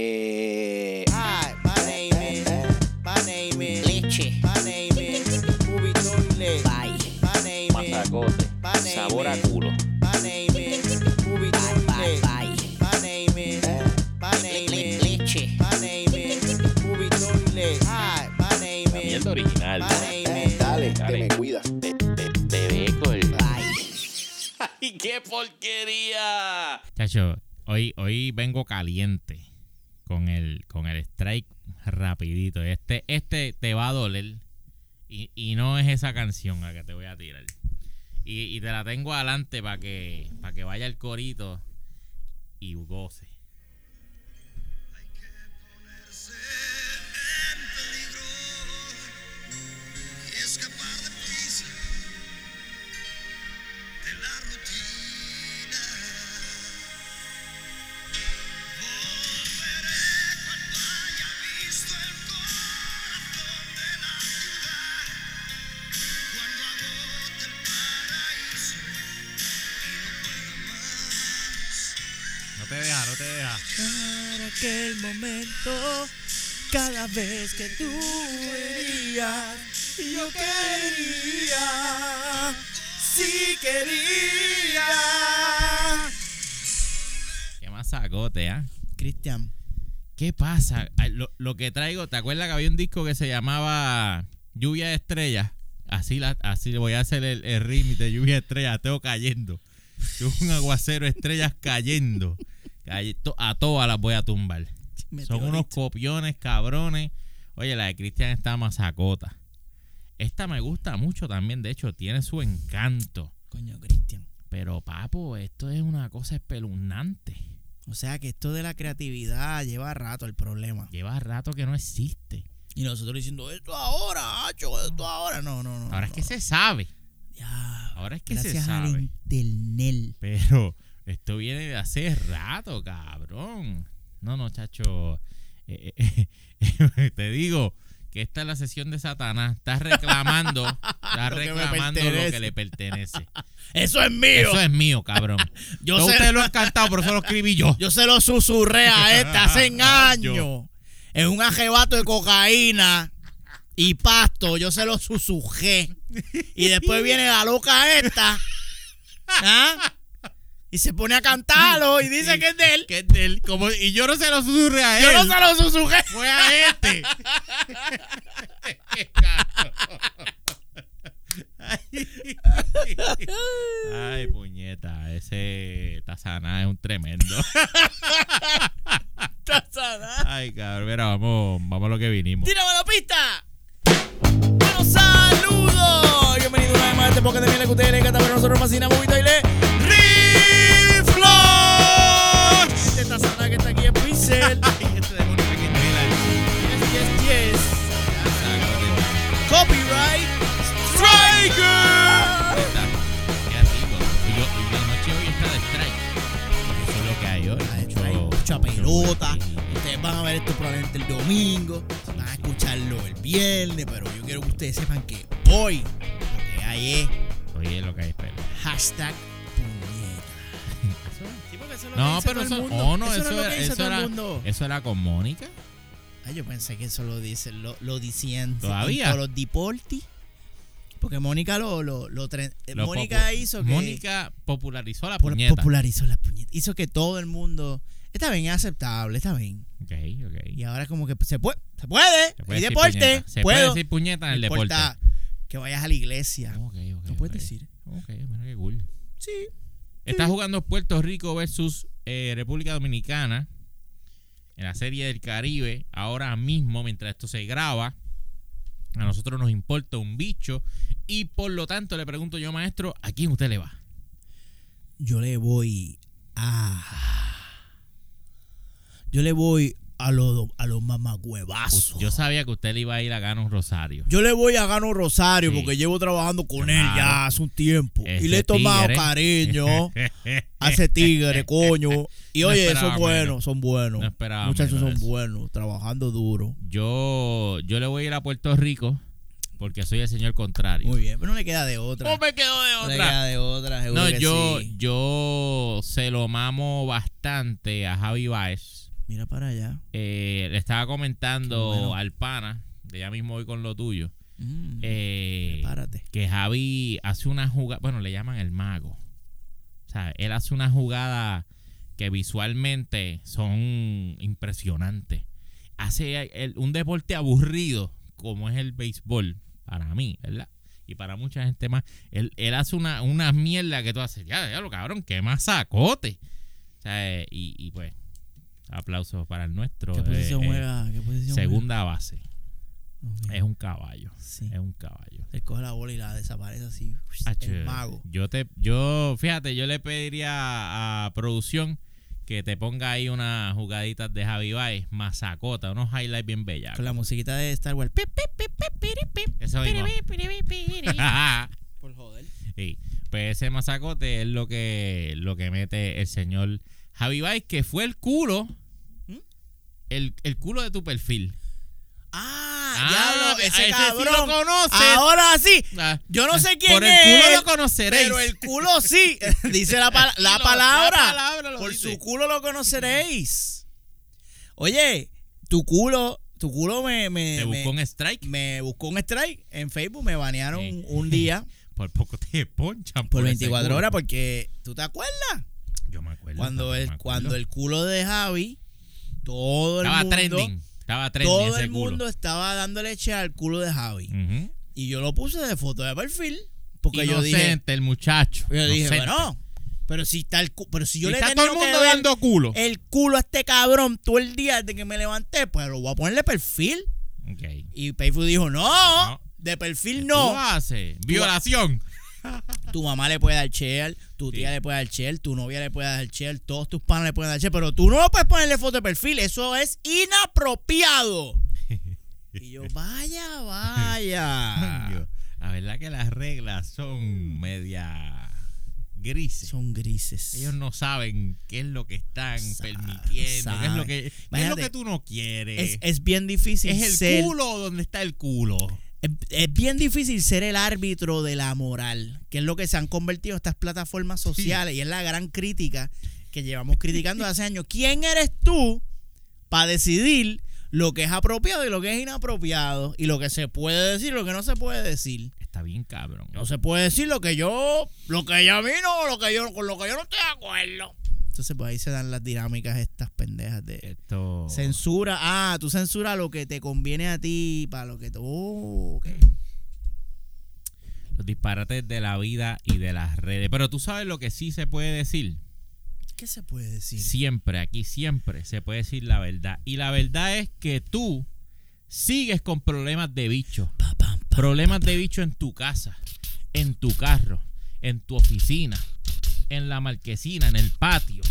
Eh, Hi, my name is. My name is. Leche. My name is. Cubitoile. bye. My name is. Mazacote. My name Sabor a is- culo. My name is. Bye, bye, Cubitoile. bye. My name is. My name is. Leche. My name is. Cubitoile. Hi, my name La is. mierda original. My ¿no? name is. Dale, Dale. te me cuidas. Te, te, te beco el. ¡Ay, qué porquería! Chacho, hoy, hoy vengo caliente con el, con el strike rapidito. Este, este te va a doler. Y, y no es esa canción la que te voy a tirar. Y, y te la tengo adelante para que, para que vaya el corito y goce. en peligro y escapar de prisa de la rutina. Volveré cuando haya visto el corazón de la ciudad, cuando agote el paraíso y no pueda más. No te deja, no te deja. Para aquel momento, cada vez que tú venías, yo quería, sí quería. Qué más sacote, ¿ah? Cristian, ¿Qué pasa? Ay, Lo, lo que traigo, ¿te acuerdas que había un disco que se llamaba Lluvia de Estrellas? Así, la, así le voy a hacer el, el ritmo de Lluvia de Estrellas, tengo cayendo. Yo un aguacero de estrellas cayendo. Calle- to- A todas las voy a tumbar. Son unos copiones, cabrones. Oye, la de Cristian está masacota. Esta me gusta mucho también, de hecho, tiene su encanto. Coño, Cristian. Pero, papo, esto es una cosa espeluznante. O sea que esto de la creatividad lleva rato el problema. Lleva rato que no existe. Y nosotros diciendo, esto ahora, hacho, esto ahora. No, no, no. Ahora es no. que se sabe. Ya, Ahora es que se gracias al sabe. internet. Pero esto viene de hace rato, cabrón. No, no, chacho. Eh, eh, eh, te digo que esta es la sesión de Satanás. Está reclamando, está Lo que me reclamando lo que pertenece. le pertenece. Eso es mío. Eso es mío, cabrón. Yo Todo sé- Ustedes lo han cantado, pero eso lo escribí yo. Yo se lo susurré a este hace años. En un ajebato de cocaína y pasto, yo se lo susurré. Y después viene la loca esta. ¿ah? Y se pone a cantarlo y dice que es de él. Que es de él, como- y yo no se lo susurré a él. Yo no se lo susurré. Fue a este. Ay, puñeta, ese Tazaná es un tremendo. Ay, cabrón, mira, vamos, vamos a lo que vinimos. ¡Tírame la pista! ¡Bueno, saludos! Bienvenido una vez más a este podcast de miel que ustedes les encanta, pero nosotros nos fascina Bubito y le ¡Riflón! Este tazana que está aquí es Pincel. Ay, este demonio que tiene la- Yes, yes, yes. Copyright Striker. Qué rico. Y yo- y la noche hoy está de strike. Eso es lo que hay hoy. Mucho- Hay mucha mucho- pelota. Ustedes van a ver esto probablemente el domingo. Van a escucharlo el viernes. Pero yo quiero que ustedes sepan que hoy lo que hay es Oye, lo que hay es pelota. hashtag puñeta. No, pero eso, oh, no, eso, es lo era, que dice eso todo era- el mundo. eso era con Mónica. eh, Ay, yo pensé que eso lo dicen, lo, lo decían ¿Todavía? en todos los deportes. Porque Mónica lo, lo, lo tren- eh, Lo Mónica popu- hizo que Mónica popularizó la Pol- puñeta. popularizó las puñetas. Hizo que todo el mundo. Está bien, es aceptable, está bien. ok, ok. Y ahora como que se puede, se puede, Se hay decir deporte, puñeta. Se puede puedo. decir puñeta en No el deporte. importa que vayas a la iglesia. Ok, ok. Lo puedes ok. decir. Ok, mira qué cool. Sí. Está jugando Puerto Rico versus eh, República Dominicana en la Serie del Caribe. Ahora mismo, mientras esto se graba, a nosotros nos importa un bicho. Y por lo tanto, le pregunto yo, maestro, ¿a quién usted le va? Yo le voy a. Yo le voy a los a los mamagüevazos. Pues Yo sabía que usted le iba a ir a ganar un rosario. Yo le voy a Gano Rosario Sí. porque llevo trabajando con él Claro. ya hace un tiempo. Ese y le he tomado tigre. cariño a ese tigre, coño. Y No oye, esperaba son buenos, menos. son buenos. No esperaba Muchachos menos de son eso. buenos, trabajando duro. Yo, yo le voy a ir a Puerto Rico porque soy el señor contrario. Muy bien, pero no le queda de otra. me quedo de No le queda de otra, seguro No, que yo, sí. yo se lo mamo bastante a Javi Baez. Mira para allá. Eh, le estaba comentando Qué bueno. al pana, de ya mismo voy con lo tuyo, Mm, eh, Prepárate. que Javi hace una jugada, bueno, le llaman el mago. O sea, él hace una jugada que visualmente son impresionantes. Hace el- un deporte aburrido como es el béisbol, para mí, ¿verdad? Y para mucha gente más. Él, él hace una, una mierda que tú haces, ya, ya lo cabrón, qué masacote. O sea, eh, y, y pues, aplausos para el nuestro. ¿Qué eh, posición eh, juega? ¿Qué posición Segunda base. juega? Ok. Es un caballo. Sí. Es un caballo. Él coge la bola y la desaparece así. Hacho, el mago. Yo te, yo, fíjate, yo le pediría a, a producción que te ponga ahí unas jugaditas de Javi Baez, masacota, unos highlights bien bellas. Con la musiquita de Star Wars. Pip, pip, pip, pip, piri, pip. Eso mismo. Por joder. Sí. Pues ese masacote es lo que, lo que mete el señor Javi Baez, que fue el culo, ¿Mm? el, el culo de tu perfil. Ah, Ah, diablo, ese, a ese sí cabrón. lo conoces. Ahora sí. Ah, Yo no sé quién Por el es. culo él, lo conoceréis. pero el culo sí. Dice la, pala- la Lo- palabra. la palabra lo Por dice. su culo lo conoceréis. Oye, tu culo, tu culo me, me, Te me, buscó un strike. me buscó un strike en Facebook. Me banearon Sí. un día Por poco te ponchan. por ese 24 culo. horas porque, ¿tú te acuerdas? Yo me acuerdo. Cuando papi, me el, acuerdo. cuando el culo de Javi, todo el Estaba mundo, trending. Estaba trending todo ese el culo. Mm. mundo estaba dando leche al culo de Javi. Ujú. Y yo lo puse de foto de perfil porque yo dije, Inocente el muchacho. yo dije, Inocente. bueno, pero si está el cu- pero si yo Y le he está todo tenido el que mundo ver dando culo. el culo a este cabrón todo el día desde que me levanté, pues lo voy a ponerle perfil. Ok. Y Facebook dijo, no, No. de ¿Qué perfil tú no. haces? Violación. Tu mamá le puede dar share, tu tía Sí. le puede dar share, tu novia le puede dar share, todos tus panos le pueden dar share, pero tú no puedes ponerle foto de perfil, eso es inapropiado. y yo, vaya, vaya. Dios. Ah, La verdad que las reglas son media grises. Son grises. Ellos no saben qué es lo que están Sa- permitiendo, qué es lo que, saben. qué es lo Imagínate, que tú no quieres. es, Es, es bien difícil el ser- culo donde está el culo. Es, es bien difícil ser el árbitro de la moral, que es lo que se han convertido estas plataformas sociales y es la gran crítica que llevamos criticando hace años. ¿Quién eres tú para decidir lo que es apropiado y lo que es inapropiado y lo que se puede decir y lo que no se puede decir? Está bien cabrón. No se puede decir lo que yo, lo que ella vino, lo que yo, con lo que yo no estoy de acuerdo. Entonces, pues ahí se dan las dinámicas estas pendejas de Esto... Censura, ah, tú censura lo que te conviene a ti, para lo que tú. oh, ok. los disparates de la vida y de las redes. Pero tú sabes lo que sí se puede decir. ¿Qué se puede decir? Siempre, aquí siempre se puede decir la verdad. Y la verdad es que tú sigues con problemas de bicho. Pa, pam, pa. Problemas de bicho en tu casa, en tu carro, en tu oficina, en la marquesina, en el patio,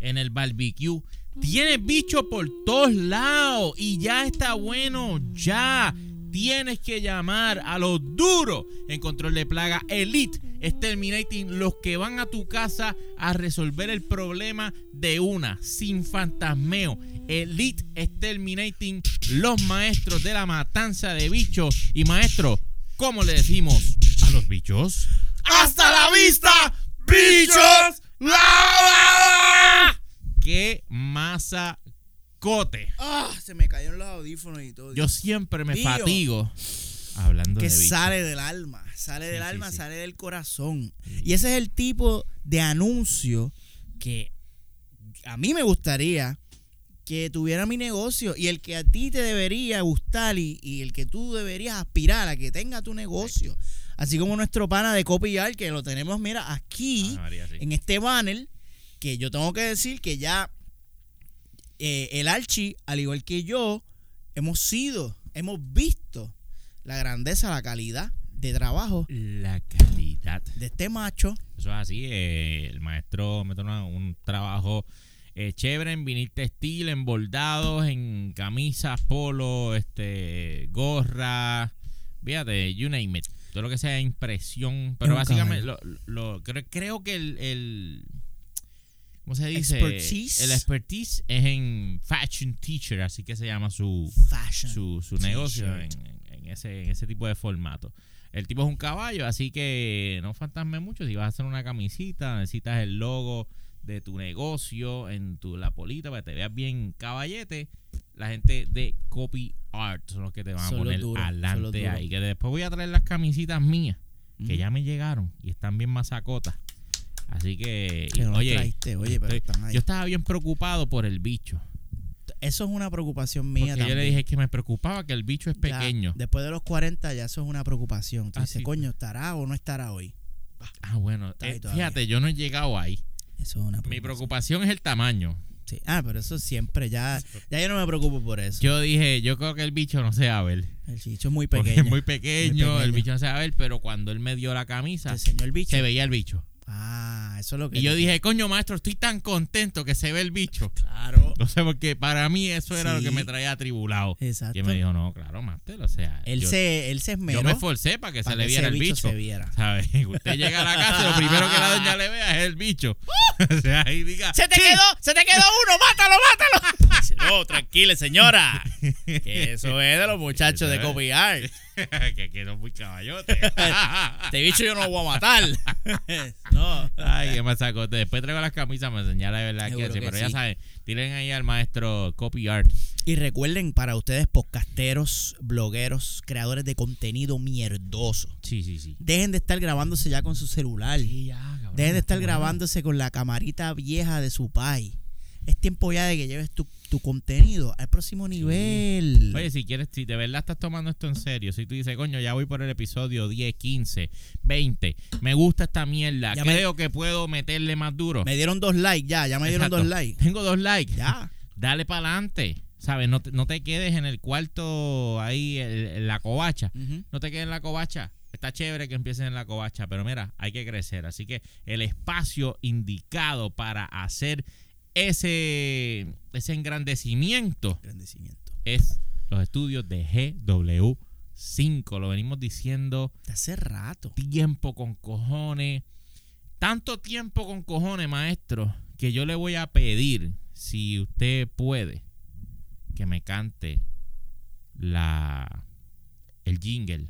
en el barbecue. Tienes bicho por todos lados y ya está bueno, ya. Tienes que llamar a los duros en control de plaga Elite Exterminating, los que van a tu casa a resolver el problema de una, sin fantasmeo. Elite Exterminating, los maestros de la matanza de bichos. Y maestro, ¿cómo le decimos a los bichos? ¡Hasta la vista, bichos! ¡Qué masacote! Ah, se me cayeron los audífonos y todo. Yo siempre me Tío. fatigo hablando que de bichos. sale del alma, sale del sí, alma, sí. sale del corazón. Y ese es el tipo de anuncio que a mí me gustaría que tuviera mi negocio y el que a ti te debería gustar y, y el que tú deberías aspirar a que tenga tu negocio. Así como nuestro pana de copiar, que lo tenemos, mira, aquí. Ah, María, sí. en este banner que yo tengo que decir que ya eh, el Archie, al igual que yo, hemos sido, hemos visto la grandeza, la calidad de trabajo La calidad. de este macho. Eso es así. eh, el maestro me toma un trabajo eh, chévere en vinil textil, en bordados, en camisas, polo, este, gorra. Fíjate, you name it. Todo lo que sea impresión. Pero un básicamente, lo, lo- creo, creo que el, el- ¿Cómo se dice? Expertise. El expertise es en fashion teacher, así que se llama su, Fashion. su, su negocio en, T-shirt. en- en ese, en ese tipo de formato. El tipo es un caballo, así que no fantasme mucho. Si vas a hacer una camisita, necesitas el logo de tu negocio, en tu la polita, para que te veas bien caballete, la gente de Copy Art son los que te van Son a los poner duros, son los adelante duros. ahí. Que después voy a traer las camisitas mías, que Mm. ya me llegaron y están bien masacotas. Así que, y- Que no las oye, trajiste, oye, pero estoy- están ahí. yo estaba bien preocupado por el bicho. Eso es una preocupación mía porque también. yo le dije que me preocupaba que el bicho es Ya, pequeño. después de los 40 ya eso es una preocupación. Tú Ah, dices, sí. coño, ¿estará o no estará hoy? Ah, bueno, Está ahí eh, todavía. fíjate, yo no he llegado ahí. Eso es una Mi preocupación es el tamaño. Sí. Ah, pero eso siempre, ya, ya yo no me preocupo por eso. Yo dije, yo creo que el bicho no se va a ver. el chicho es muy Porque pequeño. es muy pequeño, Muy el pequeño. bicho no se va a ver, pero cuando él me dio la camisa, Te enseñó el bicho. se veía el bicho. Ah, eso es lo que. Y yo te- dije, coño, maestro, estoy tan contento que se ve el bicho. Claro. No sé, porque para mí eso era Sí. lo que me traía atribulado. Exacto. Y él me dijo, no, claro, máster, o sea. él, yo, se, él se esmeró. yo me esforcé para que para se le que viera ese el bicho. se viera. ¿Sabes? Usted llega a la casa y lo primero que la doña le vea es el bicho. o sea, ahí diga. ¡Se te "Sí, quedó! ¡Se te quedó uno! ¡Mátalo, mátalo! Dice, no, tranquile, señora. Que eso es de los muchachos de copiar. que quedó muy caballote. Este bicho yo no lo voy a matar. no. Ay, qué masacote. Después traigo las camisas, me enseñala de verdad Seguro que sí. que Pero ya sí. saben, tiren ahí al maestro Copy Art. Y recuerden, para ustedes, podcasteros, blogueros, creadores de contenido mierdoso, Sí, sí, sí. dejen de estar grabándose ya con su celular. Dejen de estar grabándose con la camarita vieja de su país. Es tiempo ya de que lleves tu, tu contenido al próximo nivel. Oye, si quieres, si de verdad estás tomando esto en serio, si tú dices, coño, ya voy por el episodio 10, 15, 20, me gusta esta mierda, Ya me- creo que puedo meterle más duro. me dieron dos likes ya, ya me dieron Exacto. dos likes. Tengo dos likes. Ya. Dale para adelante. ¿Sabes? No te, no te quedes en el cuarto ahí, el- en la covacha. Ujú. No te quedes en la covacha. Está chévere que empieces en la covacha, pero mira, hay que crecer. Así que el espacio indicado para hacer ese, ese engrandecimiento Agradecimiento. es los estudios de GW5. Lo venimos diciendo De hace rato. tiempo con cojones. Tanto tiempo con cojones, maestro, que yo le voy a pedir, si usted puede, que me cante la el jingle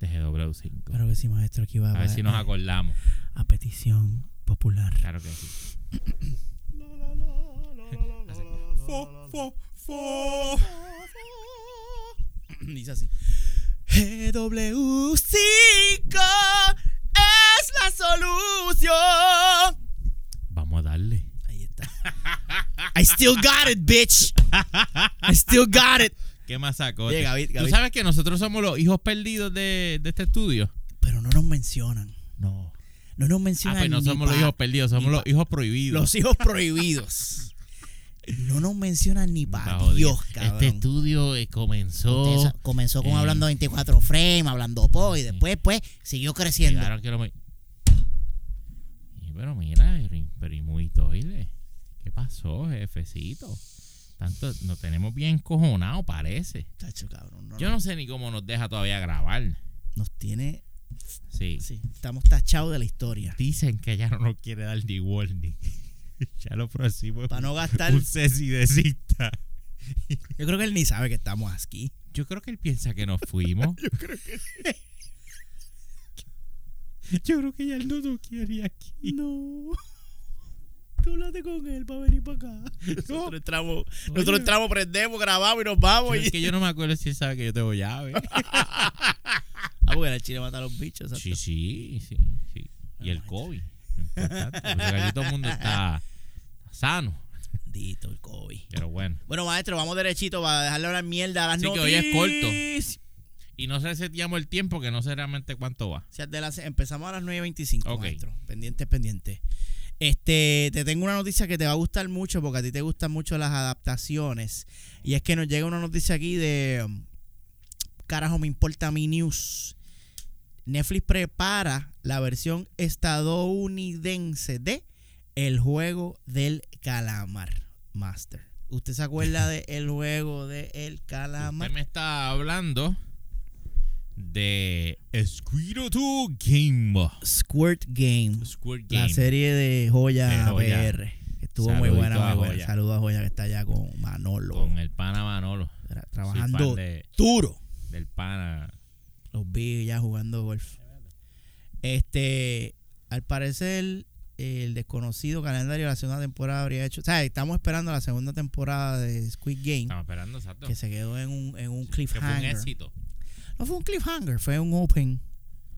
de GW5. Claro que sí, maestro, aquí va A ver si nos acordamos. a petición popular. Claro que sí. Dice así. GW5 es la solución. Vamos a darle. Ahí está. I still got it, bitch. I still got it. ¿Qué más sacó? Oye, Gaby, ¿Tú Gaby. sabes que nosotros somos los hijos perdidos de, de este estudio? Pero no nos mencionan. No. No nos Ah, mencionan. pues no ni somos los pa- hijos perdidos, somos ni los hijos prohibidos. Los hijos prohibidos. No nos mencionan ni Pa' para joder. Dios, Este cabrón. estudio eh, Ustedes comenzó. sa- comenzó con eh, hablando 24 frames, hablando po, y después, pues, siguió creciendo. Llegaron que lo me- Y Pero mira, ri- pero y muy toile. ¿Qué pasó, jefecito? Tanto nos tenemos bien cojonados, parece. Chacho, cabrón, no, Yo no sé ni cómo nos deja todavía grabar. Nos tiene. Sí. sí, estamos tachados de la historia. Dicen que ya no nos quiere dar ni warning. ya lo próximo es Para no gastar. un, un cese y desista. Yo creo que él ni sabe que estamos aquí. Yo creo que él piensa que nos fuimos. Yo creo que Yo creo que ya él no nos quiere aquí. No. Tú hablaste con él para venir para acá. Nosotros entramos, nosotros entramos, prendemos, grabamos y nos vamos. Yo- Y... es que yo no me acuerdo si él sabe que yo tengo llave. Ah, porque la chile mata a los bichos. Sí, exacto. sí, sí. sí. Y el COVID. Importante. porque aquí todo el mundo está sano. Bendito el COVID. Pero bueno. Bueno, maestro, vamos derechito para dejarle una mierda a las Así que hoy noticias. es corto. Y no reseteamos el tiempo, que no sé realmente cuánto va. O sea, de las- empezamos a las 9.25, Ok. maestro. Pendiente, pendiente. Este, te tengo una noticia que te va a gustar mucho porque a ti te gustan mucho las adaptaciones. Y es que nos llega una noticia aquí de um, Carajo, me importa mi news. Netflix prepara la versión estadounidense de El juego del calamar, Master. ¿Usted se acuerda de El juego del Usted calamar? me está hablando de Squirtle Game. Squirt Game. Squirt La Game. serie de Joya, De Joya. PR. que Estuvo muy Saludito buena, a muy buena. Joya. Saludos a Joya que está allá con Manolo. Con el pana Manolo. Soy tra- fan trabajando de- duro. del pana. Los vi ya jugando golf. Este, al parecer, el desconocido calendario de la segunda temporada habría hecho. O sea, estamos esperando la segunda temporada de Squid Game, Estamos esperando, exacto. que se quedó en un, en que fue un un cliffhanger. éxito. no fue un cliffhanger, fue un open.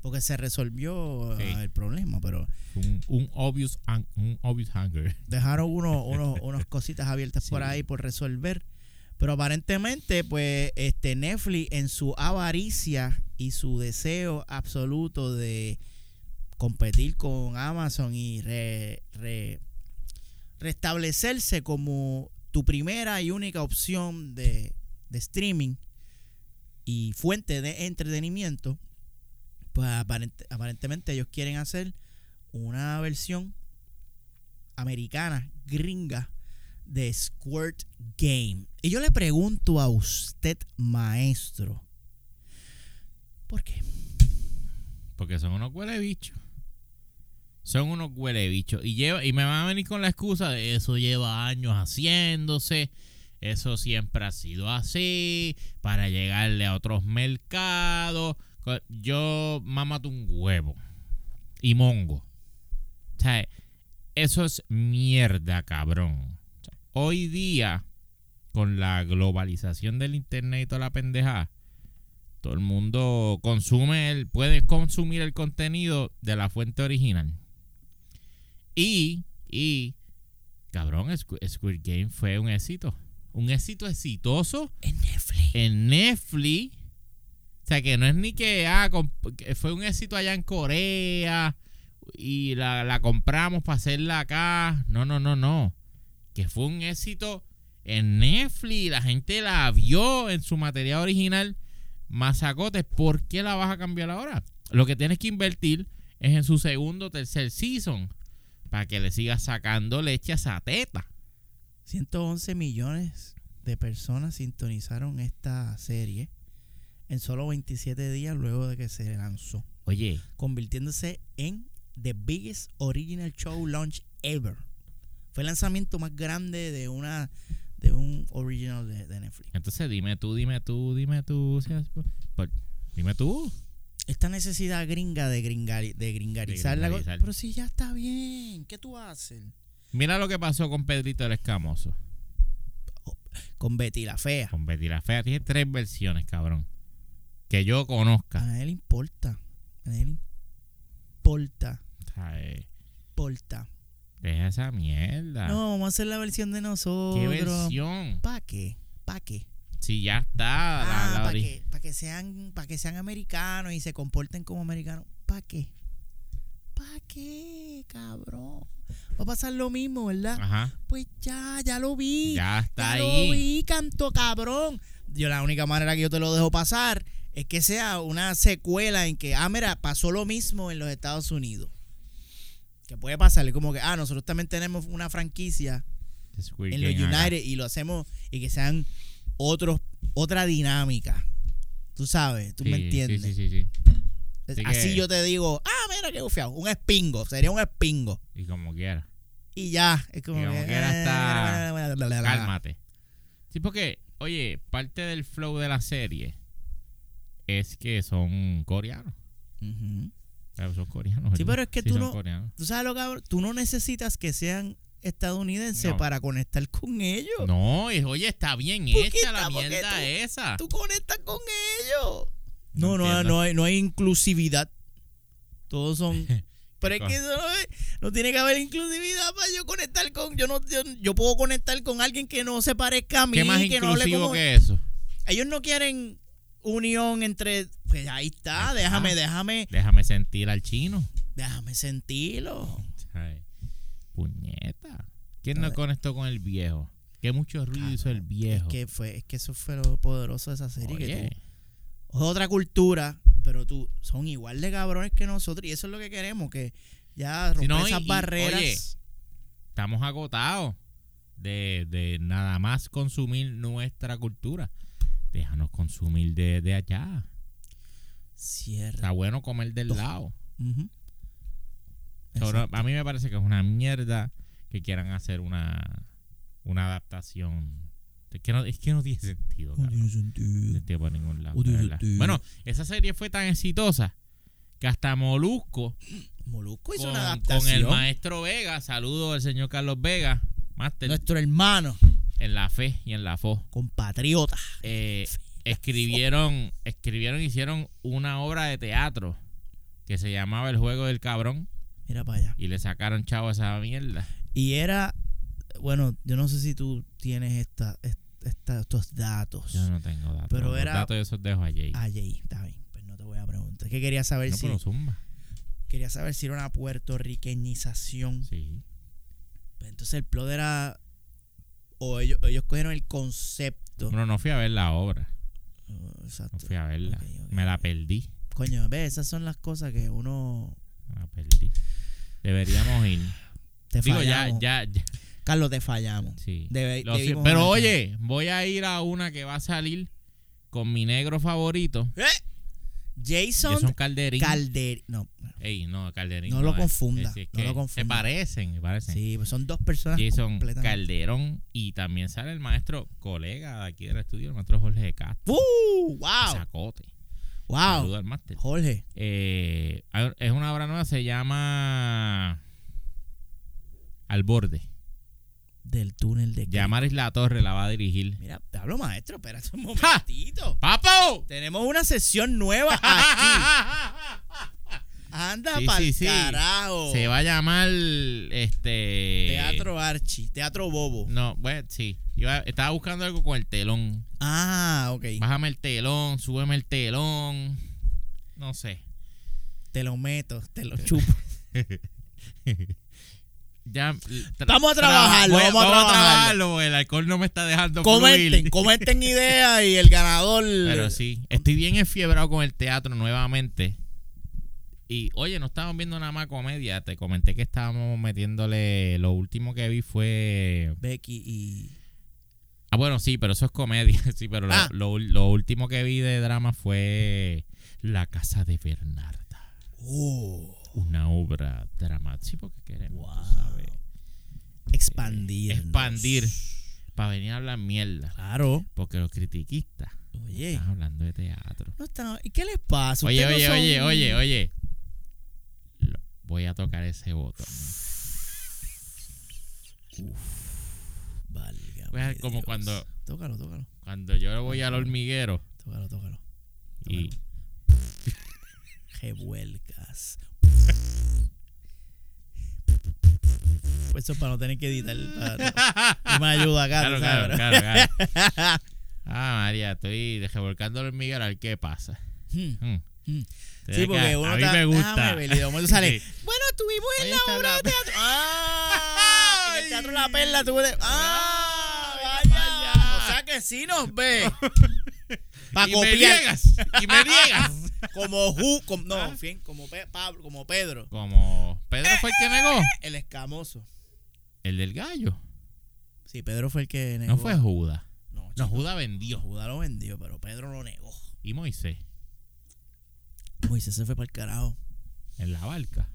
Porque se resolvió Sí. ah, el problema, pero Un, un obvious, hang- un obvious hanger. dejaron uno, unos, unas cositas abiertas por Sí. ahí por resolver. Pero aparentemente, pues, este Netflix en su avaricia y su deseo absoluto de competir con Amazon y re- re- restablecerse como tu primera y única opción de, de streaming y fuente de entretenimiento, pues aparente- aparentemente ellos quieren hacer una versión americana, gringa, de Squirt Game. Y yo le pregunto a usted, maestro, ¿por qué? Porque son unos huelebichos. Son unos huelebichos. Y, lleva, y me van a venir con la excusa de eso lleva años haciéndose. Eso siempre ha sido así. Para llegarle a otros mercados. Co- Yo mamate un huevo. Y mongo. O sea, eso es mierda, cabrón. O sea, hoy día, con la globalización del internet y toda la pendejada, todo el mundo consume, el, puede consumir el contenido de la fuente original. Y, y, cabrón, Squ- Squid Game fue un éxito. Un éxito exitoso En Netflix. en Netflix. O sea, que no es ni que, ah, comp- que fue un éxito allá en Corea y la, la compramos para hacerla acá. No, no, no, no. Que fue un éxito en Netflix. La gente la vio en su material original. Mazacotes, ¿por qué la vas a cambiar ahora? Lo que tienes que invertir es en su segundo o tercer season para que le sigas sacando leche a esa teta. 111 millones de personas sintonizaron esta serie en solo 27 días luego de que se lanzó, Oye, convirtiéndose en the biggest original show launch ever. Fue el lanzamiento más grande de una de un original de, de Netflix. Entonces dime tú, dime tú, dime tú. si es por- por- dime tú. Esta necesidad gringa de, gringali- de gringarizar la cosa. gringarizar. Pero si ya está bien, ¿qué tú haces? Mira lo que pasó con Pedrito el Escamoso. Con Betty la fea. Con Betty la Fea. Tiene tres versiones, cabrón. Que yo A conozca. nadie le importa. A nadie le importa. O sea, eh, Importa. Deja esa mierda. No, vamos a hacer la versión de nosotros. Ah. ¿Qué versión? ¿Para qué? ¿Para qué? Si ya está. la- la ah, para ori- que, pa' que sean, para que sean americanos y se comporten como americanos. ¿Para qué? ¿Para qué, cabrón? Va a pasar lo mismo, ¿verdad? Ajá. Pues ya, ya lo vi. Ah. Ya está Ya ahí. lo vi, canto cabrón. Yo la única manera que yo te lo dejo pasar es que sea una secuela en que, ah, mira, pasó lo mismo en los Estados Unidos. Que puede pasarle como que, ah, nosotros también tenemos una franquicia Squid en los Game acá. United y lo hacemos y que sean otros otra dinámica. Tú sabes, tú Sí, me sí, entiendes. Sí, sí, sí. Es- Así que- Así yo te digo, ah, mira qué bufiado, un espingo, sería un espingo. Y como quiera. Y ya, es como Y como que, quiera está- eh, Cálmate. Sí, porque, oye, parte del flow de la serie es que son coreanos. Ujú. Claro, Ah, son coreanos. Sí, ¿verdad? pero es que tú son no- coreanos. Tú sabes lo cabrón, tú no necesitas que sean estadounidenses No. para conectar con ellos. No, es- oye, está bien ¿Por qué hecha la está? ¿Por qué mierda tú- esa. Tú conectas con ellos. No, No no, entiendo. no hay, no hay inclusividad. Todos son. Pero es que eso no, es- no tiene que haber inclusividad para yo conectar con. Yo no, yo, yo puedo conectar con alguien que no se parezca a mí, ¿Qué más que no hable inclusivo como. que eso? Ellos no quieren unión entre. Pues ahí está, Ahí está. déjame, déjame, Déjame sentir al chino. déjame sentirlo. Ay, puñeta. ¿Quién no Dale. conectó con el viejo? Qué mucho ruido hizo el Es viejo. que fue, es que eso fue lo poderoso de esa serie que tú- Oye, es otra cultura, pero tú son igual de cabrones que nosotros y eso es lo que queremos, que ya romper no, y- esas y, barreras. oye, estamos agotados de, de nada más consumir nuestra cultura. Déjanos consumir de, de allá. Cierto. Está bueno comer del lado. Ujú. Sobre- a mí me parece que es una mierda que quieran hacer una, una adaptación. Es que, no, es que no tiene sentido. No cabrón. tiene No sentido. tiene por ningún lado, No tiene de verdad. sentido. Bueno, esa serie fue tan exitosa que hasta Molusco Molusco hizo con, una con adaptación. el maestro Vega. Saludo al señor Carlos Vega, máster Nuestro hermano, en la fe y en la fo. compatriota. Eh, escribieron, escribieron, hicieron una obra de teatro que se llamaba El juego del cabrón Mira para allá. y le sacaron chavo a esa mierda. Y era, bueno, yo no sé si tú tienes esta, est- esta- estos datos. Yo no tengo datos. Pero Los era- datos de esos dejo a Jay. Ah, Jay, está bien. Pues no te voy a preguntar. Es que quería saber no, si pero zumba. quería saber si era una puertorriqueñización. Sí. Pues entonces el plot era o ellos, ellos cogieron el concepto. Bueno, no fui a ver la obra. Oh, Exacto. No fui a verla. Ok, ok, Me la perdí. Coño, ves, esas son las cosas que uno Me la perdí. Deberíamos ir. te Digo, ya, fallamos. ya, ya. Carlos, te fallamos. Sí. Debe- Lo debimos sé. pero haber- oye, voy a ir a una que va a salir con mi negro favorito. ¿Eh? Jason, Jason Calderín. Calder. No, Ey, no, Calderín. No lo es. confunda, Es- es no que lo confunda. Se parecen, se parecen. sí, pues son dos personas. Jason completamente- Calderón y también sale el maestro colega de aquí del estudio, el maestro Jorge de Castro. ¡Uh! ¡Wow! Zacote. Saludo ¡Wow! al máster. Jorge. Eh, a- es una obra nueva, se llama Al Borde. Del túnel de. Ya Maris La Torre la va a dirigir. Mira, te hablo, maestro. Espérate un momentito. ¡Papo! Tenemos una sesión nueva aquí. Anda Sí, pa'l sí, sí. carajo. Se va a llamar este. Teatro Archi, Teatro Bobo. No, bueno, sí. Iba- estaba buscando algo con el telón. Ah, ok. Bájame el telón, súbeme el telón. No sé. Te lo meto, te lo chupo. Ya, Vamos a trabajarlo, voy- vamos a trabajarlo. trabajarlo, El alcohol no me está dejando comenten, fluir. comenten ideas y el ganador. Pero sí, estoy bien enfiebrado con el teatro nuevamente. Y oye, no estábamos viendo nada más comedia. Te comenté que estábamos metiéndole. Lo último que vi fue. Becky y. Ah, bueno, sí, pero eso es comedia. Sí, pero lo- Ah. lo, lo último que vi de drama fue La Casa de Bernarda. Oh, Una obra dramática. Sí, porque queremos, tú Wow. sabes, expandir. expandir para venir a hablar mierda. Claro. Porque los critiquistas Oye. están hablando de teatro. No está... ¿Y qué les pasa? Ah. Oye, Ustedes oye, no son- oye, oye, oye. Lo- Voy a tocar ese botón. Válgame Pues, como Dios. cuando- Tócalo, tócalo. Cuando yo voy al hormiguero Tócalo, tócalo. y Revuelcas. Eso es para no tener que editar. Para, no me ayuda acá. Claro, tú claro, sabes, claro, claro. Ah, María, estoy revolcando el hormiguero a ver qué pasa. Hmm. Hmm. Hmm. Te Sí, deja- porque uno a mí está- me gusta. Déjame ver, y de momento sale. Sí. Bueno, estuvimos en Ahí la está obra la de pe- teatro. ¡Ah! En el teatro La Perla tuve de. ¡Ah! Ay, Vaya. vaya. O sea que sí nos ve. Pa' y me copiar. Ah, niegas, y me Ah. niegas. Como Ju. como- no, en fin, como Pe- Pablo, como Pedro. Como Pedro fue el que negó. El escamoso. El del gallo. Sí, Pedro fue el que negó. No fue Judas. No, No, chico, Judas vendió. Judá lo vendió, pero Pedro lo negó. Y Moisés, Moisés se fue para el carajo. en la barca.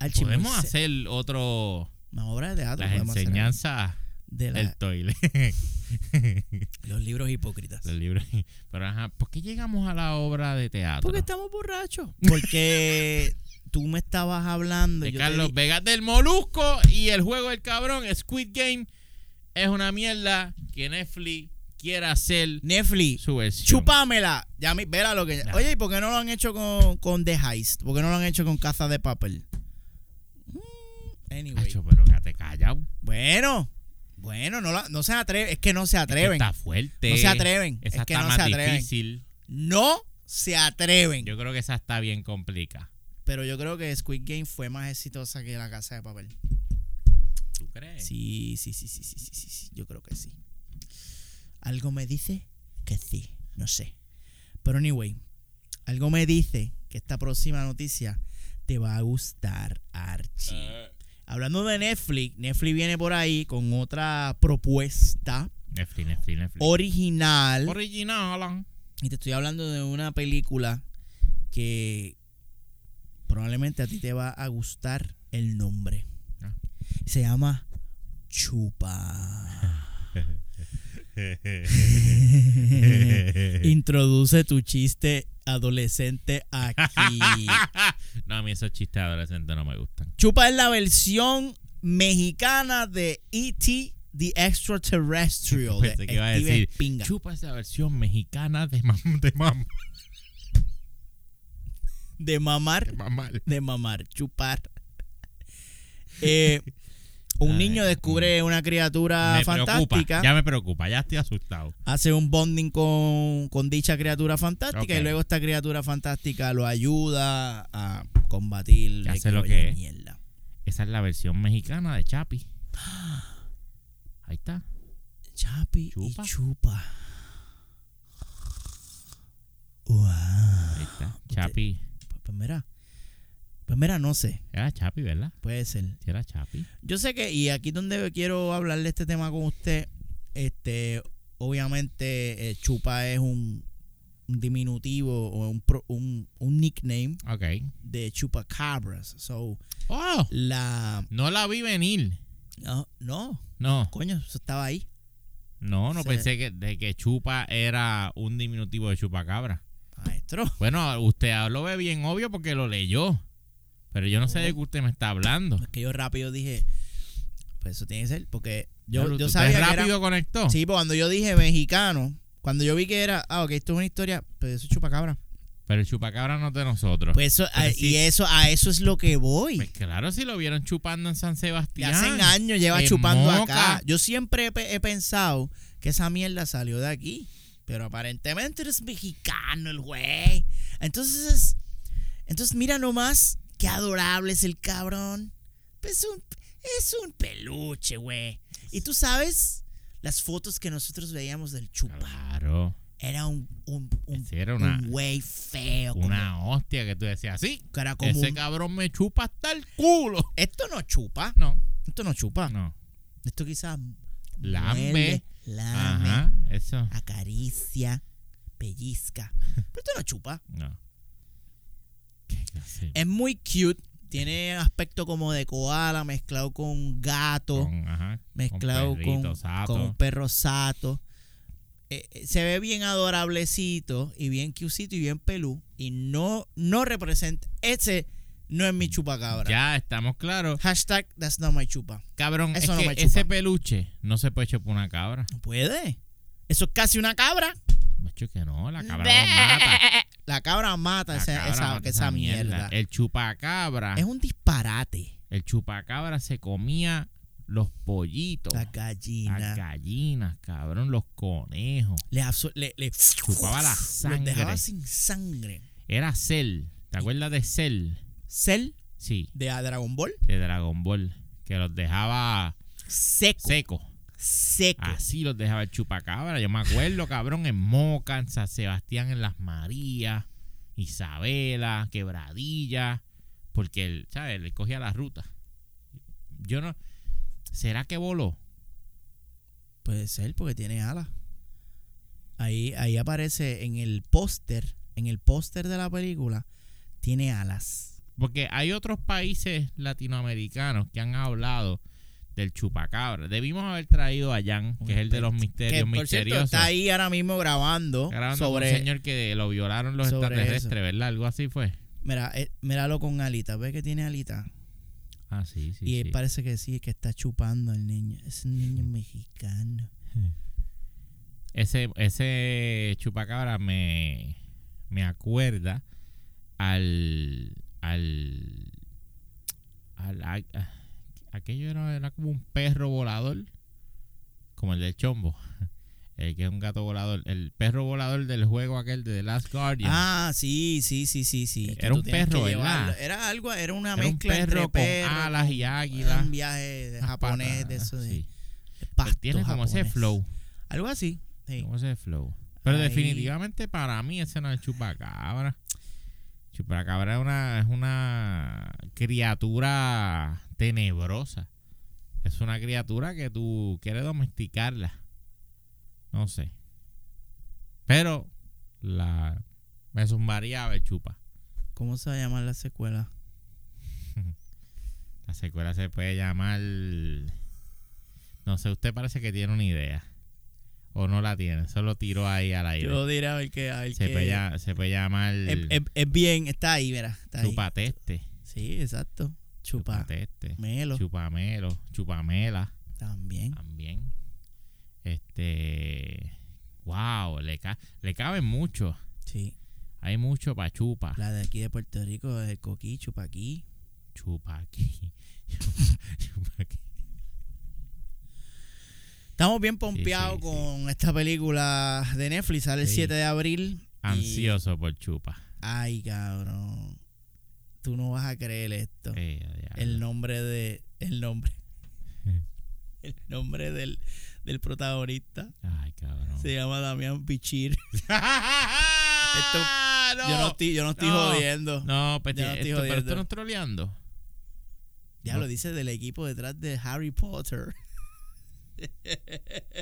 Archie Podemos Moisés. hacer otro. Más obras de teatro. Las podemos hacer. enseñanzas De la- del toile. los libros hipócritas. Los libros. Pero ajá, ¿por qué llegamos a la obra de teatro? Porque estamos borrachos. Porque tú me estabas hablando. de y yo te Carlos di- Vegas del Molusco y el juego del cabrón Squid Game es una mierda que Netflix quiera hacer Netflix, su versión. chúpamela. Ya mi, vela lo que. Nah. Oye, ¿y por qué no lo han hecho con, con The Heist? ¿Por qué no lo han hecho con Casa de Papel? Mm, Anyway. Acho, pero que te callao. Bueno, bueno, no, la- no se atreven. Es que no se Es que atreven. Está fuerte. No se atreven. Esa es que está no más se atreven. difícil. No se atreven. Yo creo que esa está bien complicada. Pero yo creo que Squid Game fue más exitosa que la Casa de Papel. ¿Tú crees? Sí, sí, sí, sí, sí, sí, sí, sí, yo creo que sí. Algo me dice que sí, no sé. Pero anyway, algo me dice que esta próxima noticia te va a gustar, Archie. Hablando de Netflix, Netflix viene por ahí con otra propuesta Netflix, Netflix, Netflix. original. Original. Alan. Y te estoy hablando de una película que probablemente a ti te va a gustar el nombre. Ah. Se llama Chupa. Introduce tu chiste adolescente aquí. no, a mí esos chistes adolescentes no me gustan. Chupa es la versión mexicana de E.T. The Extraterrestrial. de Pensé que iba a Steven decir, Pinga. chupa es la versión mexicana de, mam de, mam de de mamar, mamar. de mamar, chupar. Eh, un Ay, niño descubre una criatura Me fantástica. preocupa, ya me preocupa, ya estoy asustado. hace un bonding con, con dicha criatura fantástica Ok. y luego esta criatura fantástica lo ayuda a combatir Ya el sé lo criollo que de es. mierda. Esa es la versión mexicana de Chapi. Ahí está. Chapi Chupa. y chupa. Ahí está. Chapi. Pues, pues mira, pues mira, no sé, Era Chapi, ¿verdad? puede ser. Sí, era Chapi. Yo sé que, y aquí donde quiero hablarle este tema con usted, este, obviamente eh, chupa es un, un diminutivo o un, pro- un, un nickname Ok. de chupacabras. So, ¡Oh! la... No la vi venir. no, no. No, Coño, eso estaba ahí. no, no Sí. pensé que, de que chupa era un diminutivo de chupacabra. Maestro. Bueno, usted lo ve bien obvio porque lo leyó. Pero yo no sé de qué usted me está hablando. Es que yo rápido dije, pues eso tiene que ser, porque yo, Claro, yo ¿usted sabía que rápido era... conectó. Sí, pues cuando yo dije mexicano, cuando yo vi que era, ah, ok, esto es una historia, pues eso es chupacabra. Pero el chupacabra no es de nosotros. Pues, Pues eso, Pero a- sí. Pues y eso, a eso es lo que voy. claro, si lo vieron chupando en San Y Sebastián. hacen años lleva en chupando Moca. acá. Yo siempre he, pe- he pensado que esa mierda salió de aquí, pero aparentemente eres mexicano el güey. Entonces, es- entonces mira nomás qué adorable es el cabrón. Pues un, es un peluche, güey. Y tú sabes las fotos que nosotros veíamos del chupa. Claro. Era un, un, un- Ese era una- un güey feo. como- Una hostia que tú decías, sí, que era como ese un- cabrón me chupa hasta el culo. esto no chupa. No, Esto no chupa. no. Esto quizás. Lambe. muerde, Lame. Ajá, eso. acaricia, pellizca. Pero esto no chupa. No. Qué clase de Es muy cute. Tiene aspecto como de koala mezclado con gato, con- ajá, con mezclado con, perrito, sato. con un perro sato. Eh, eh, se ve bien adorablecito y bien cutecito y bien pelú. Y no, no representa. Ese no es mi chupacabra. Ya estamos claros. Hashtag that's not my chupa. Cabrón, Eso es no que me chupa. ese peluche no se puede chupar una cabra. No puede. Eso es casi una cabra. Macho, que no, la cabra los mata. La cabra mata, La esa, cabra esa- mata esa mierda. El chupacabra, Es un disparate. el chupacabra se comía los pollitos, La gallina. las gallinas, cabrón, los conejos. le, absor- le, le Chupaba la Los dejaba sangre. sin sangre. Era Cell. ¿Te acuerdas de Cell? Cell Sí, de a Dragon Ball. de Dragon Ball. Que los dejaba Seco. secos. seco. Así los dejaba el chupacabra. Yo me acuerdo, cabrón, en Moca, en San Sebastián, en Las Marías, Isabela, Quebradilla. Porque él, ¿sabes? Le cogía la ruta. Yo no. ¿Será que voló? Puede ser porque tiene alas. Ahí, ahí aparece en el póster. En el póster de la película. Tiene alas. Porque hay otros países latinoamericanos que han hablado del chupacabra. Debimos haber traído a Jan, que es el de los misterios Que por cierto misteriosos. está ahí ahora mismo grabando, grabando sobre un sobre. señor que lo violaron los sobre extraterrestres, eso. ¿verdad? Algo así fue. Mira, eh, míralo con alitas. ¿Ves que tiene alitas? Ah, sí, sí. y él sí. Mm. parece que sí, que está chupando al niño. Es un niño mexicano. Ese, ese chupacabra me, me acuerda al. al. al a- a- aquello era, era como un perro volador, como el del chombo. El que es un gato volador. El perro volador del juego aquel de The Last Guardian. Ah, sí, sí, sí, sí, sí. Eh, Era que tú un tienes perro, que ¿verdad? llevarlo. Era algo, era una era un mezcla perro entre con perro, alas y era águila. un viaje de japonés de eso de Sí. Pues pasto Tiene como ese japonés. flow. Algo así. sí. ¿Cómo ese flow? Pero Ahí. definitivamente para mí ese no es chupacabra. Chupacabra es una, es una criatura tenebrosa. Es una criatura que tú quieres domesticarla. No sé. Pero la me zumbaría a ver chupa. ¿Cómo se va a llamar la secuela? La secuela se puede llamar... No sé, usted parece que tiene una idea. O no la tiene, solo tiró ahí al aire. Yo diré a ver qué. A ver se, qué- puede, llam- se puede llamar Es, es- es bien, está ahí, verá. Está ahí. chupateste. Sí, exacto. Chupa. Chupateste. Melo. Chupamelo. Chupamela. También. También. Este. Wow, le, ca- le caben mucho. Sí. Hay mucho pa' chupa. La de aquí de Puerto Rico es el coquí, chupa aquí. Chupa aquí. chupa aquí. Estamos bien pompeados sí. con esta película de Netflix. Sale el Sí. 7 de abril. y- Ansioso por chupa. Ay, cabrón. Tú no vas a creer esto. Eh, ya, ya. El nombre de. El nombre. El nombre del, del protagonista Ay, cabrón. se llama Damián Pichir. Ah, no. Yo no estoy, yo no estoy No. jodiendo. No, pues, Ya no estoy esto- pero jodiendo. esto no es troleando. Ya lo dice del equipo detrás de Harry Potter.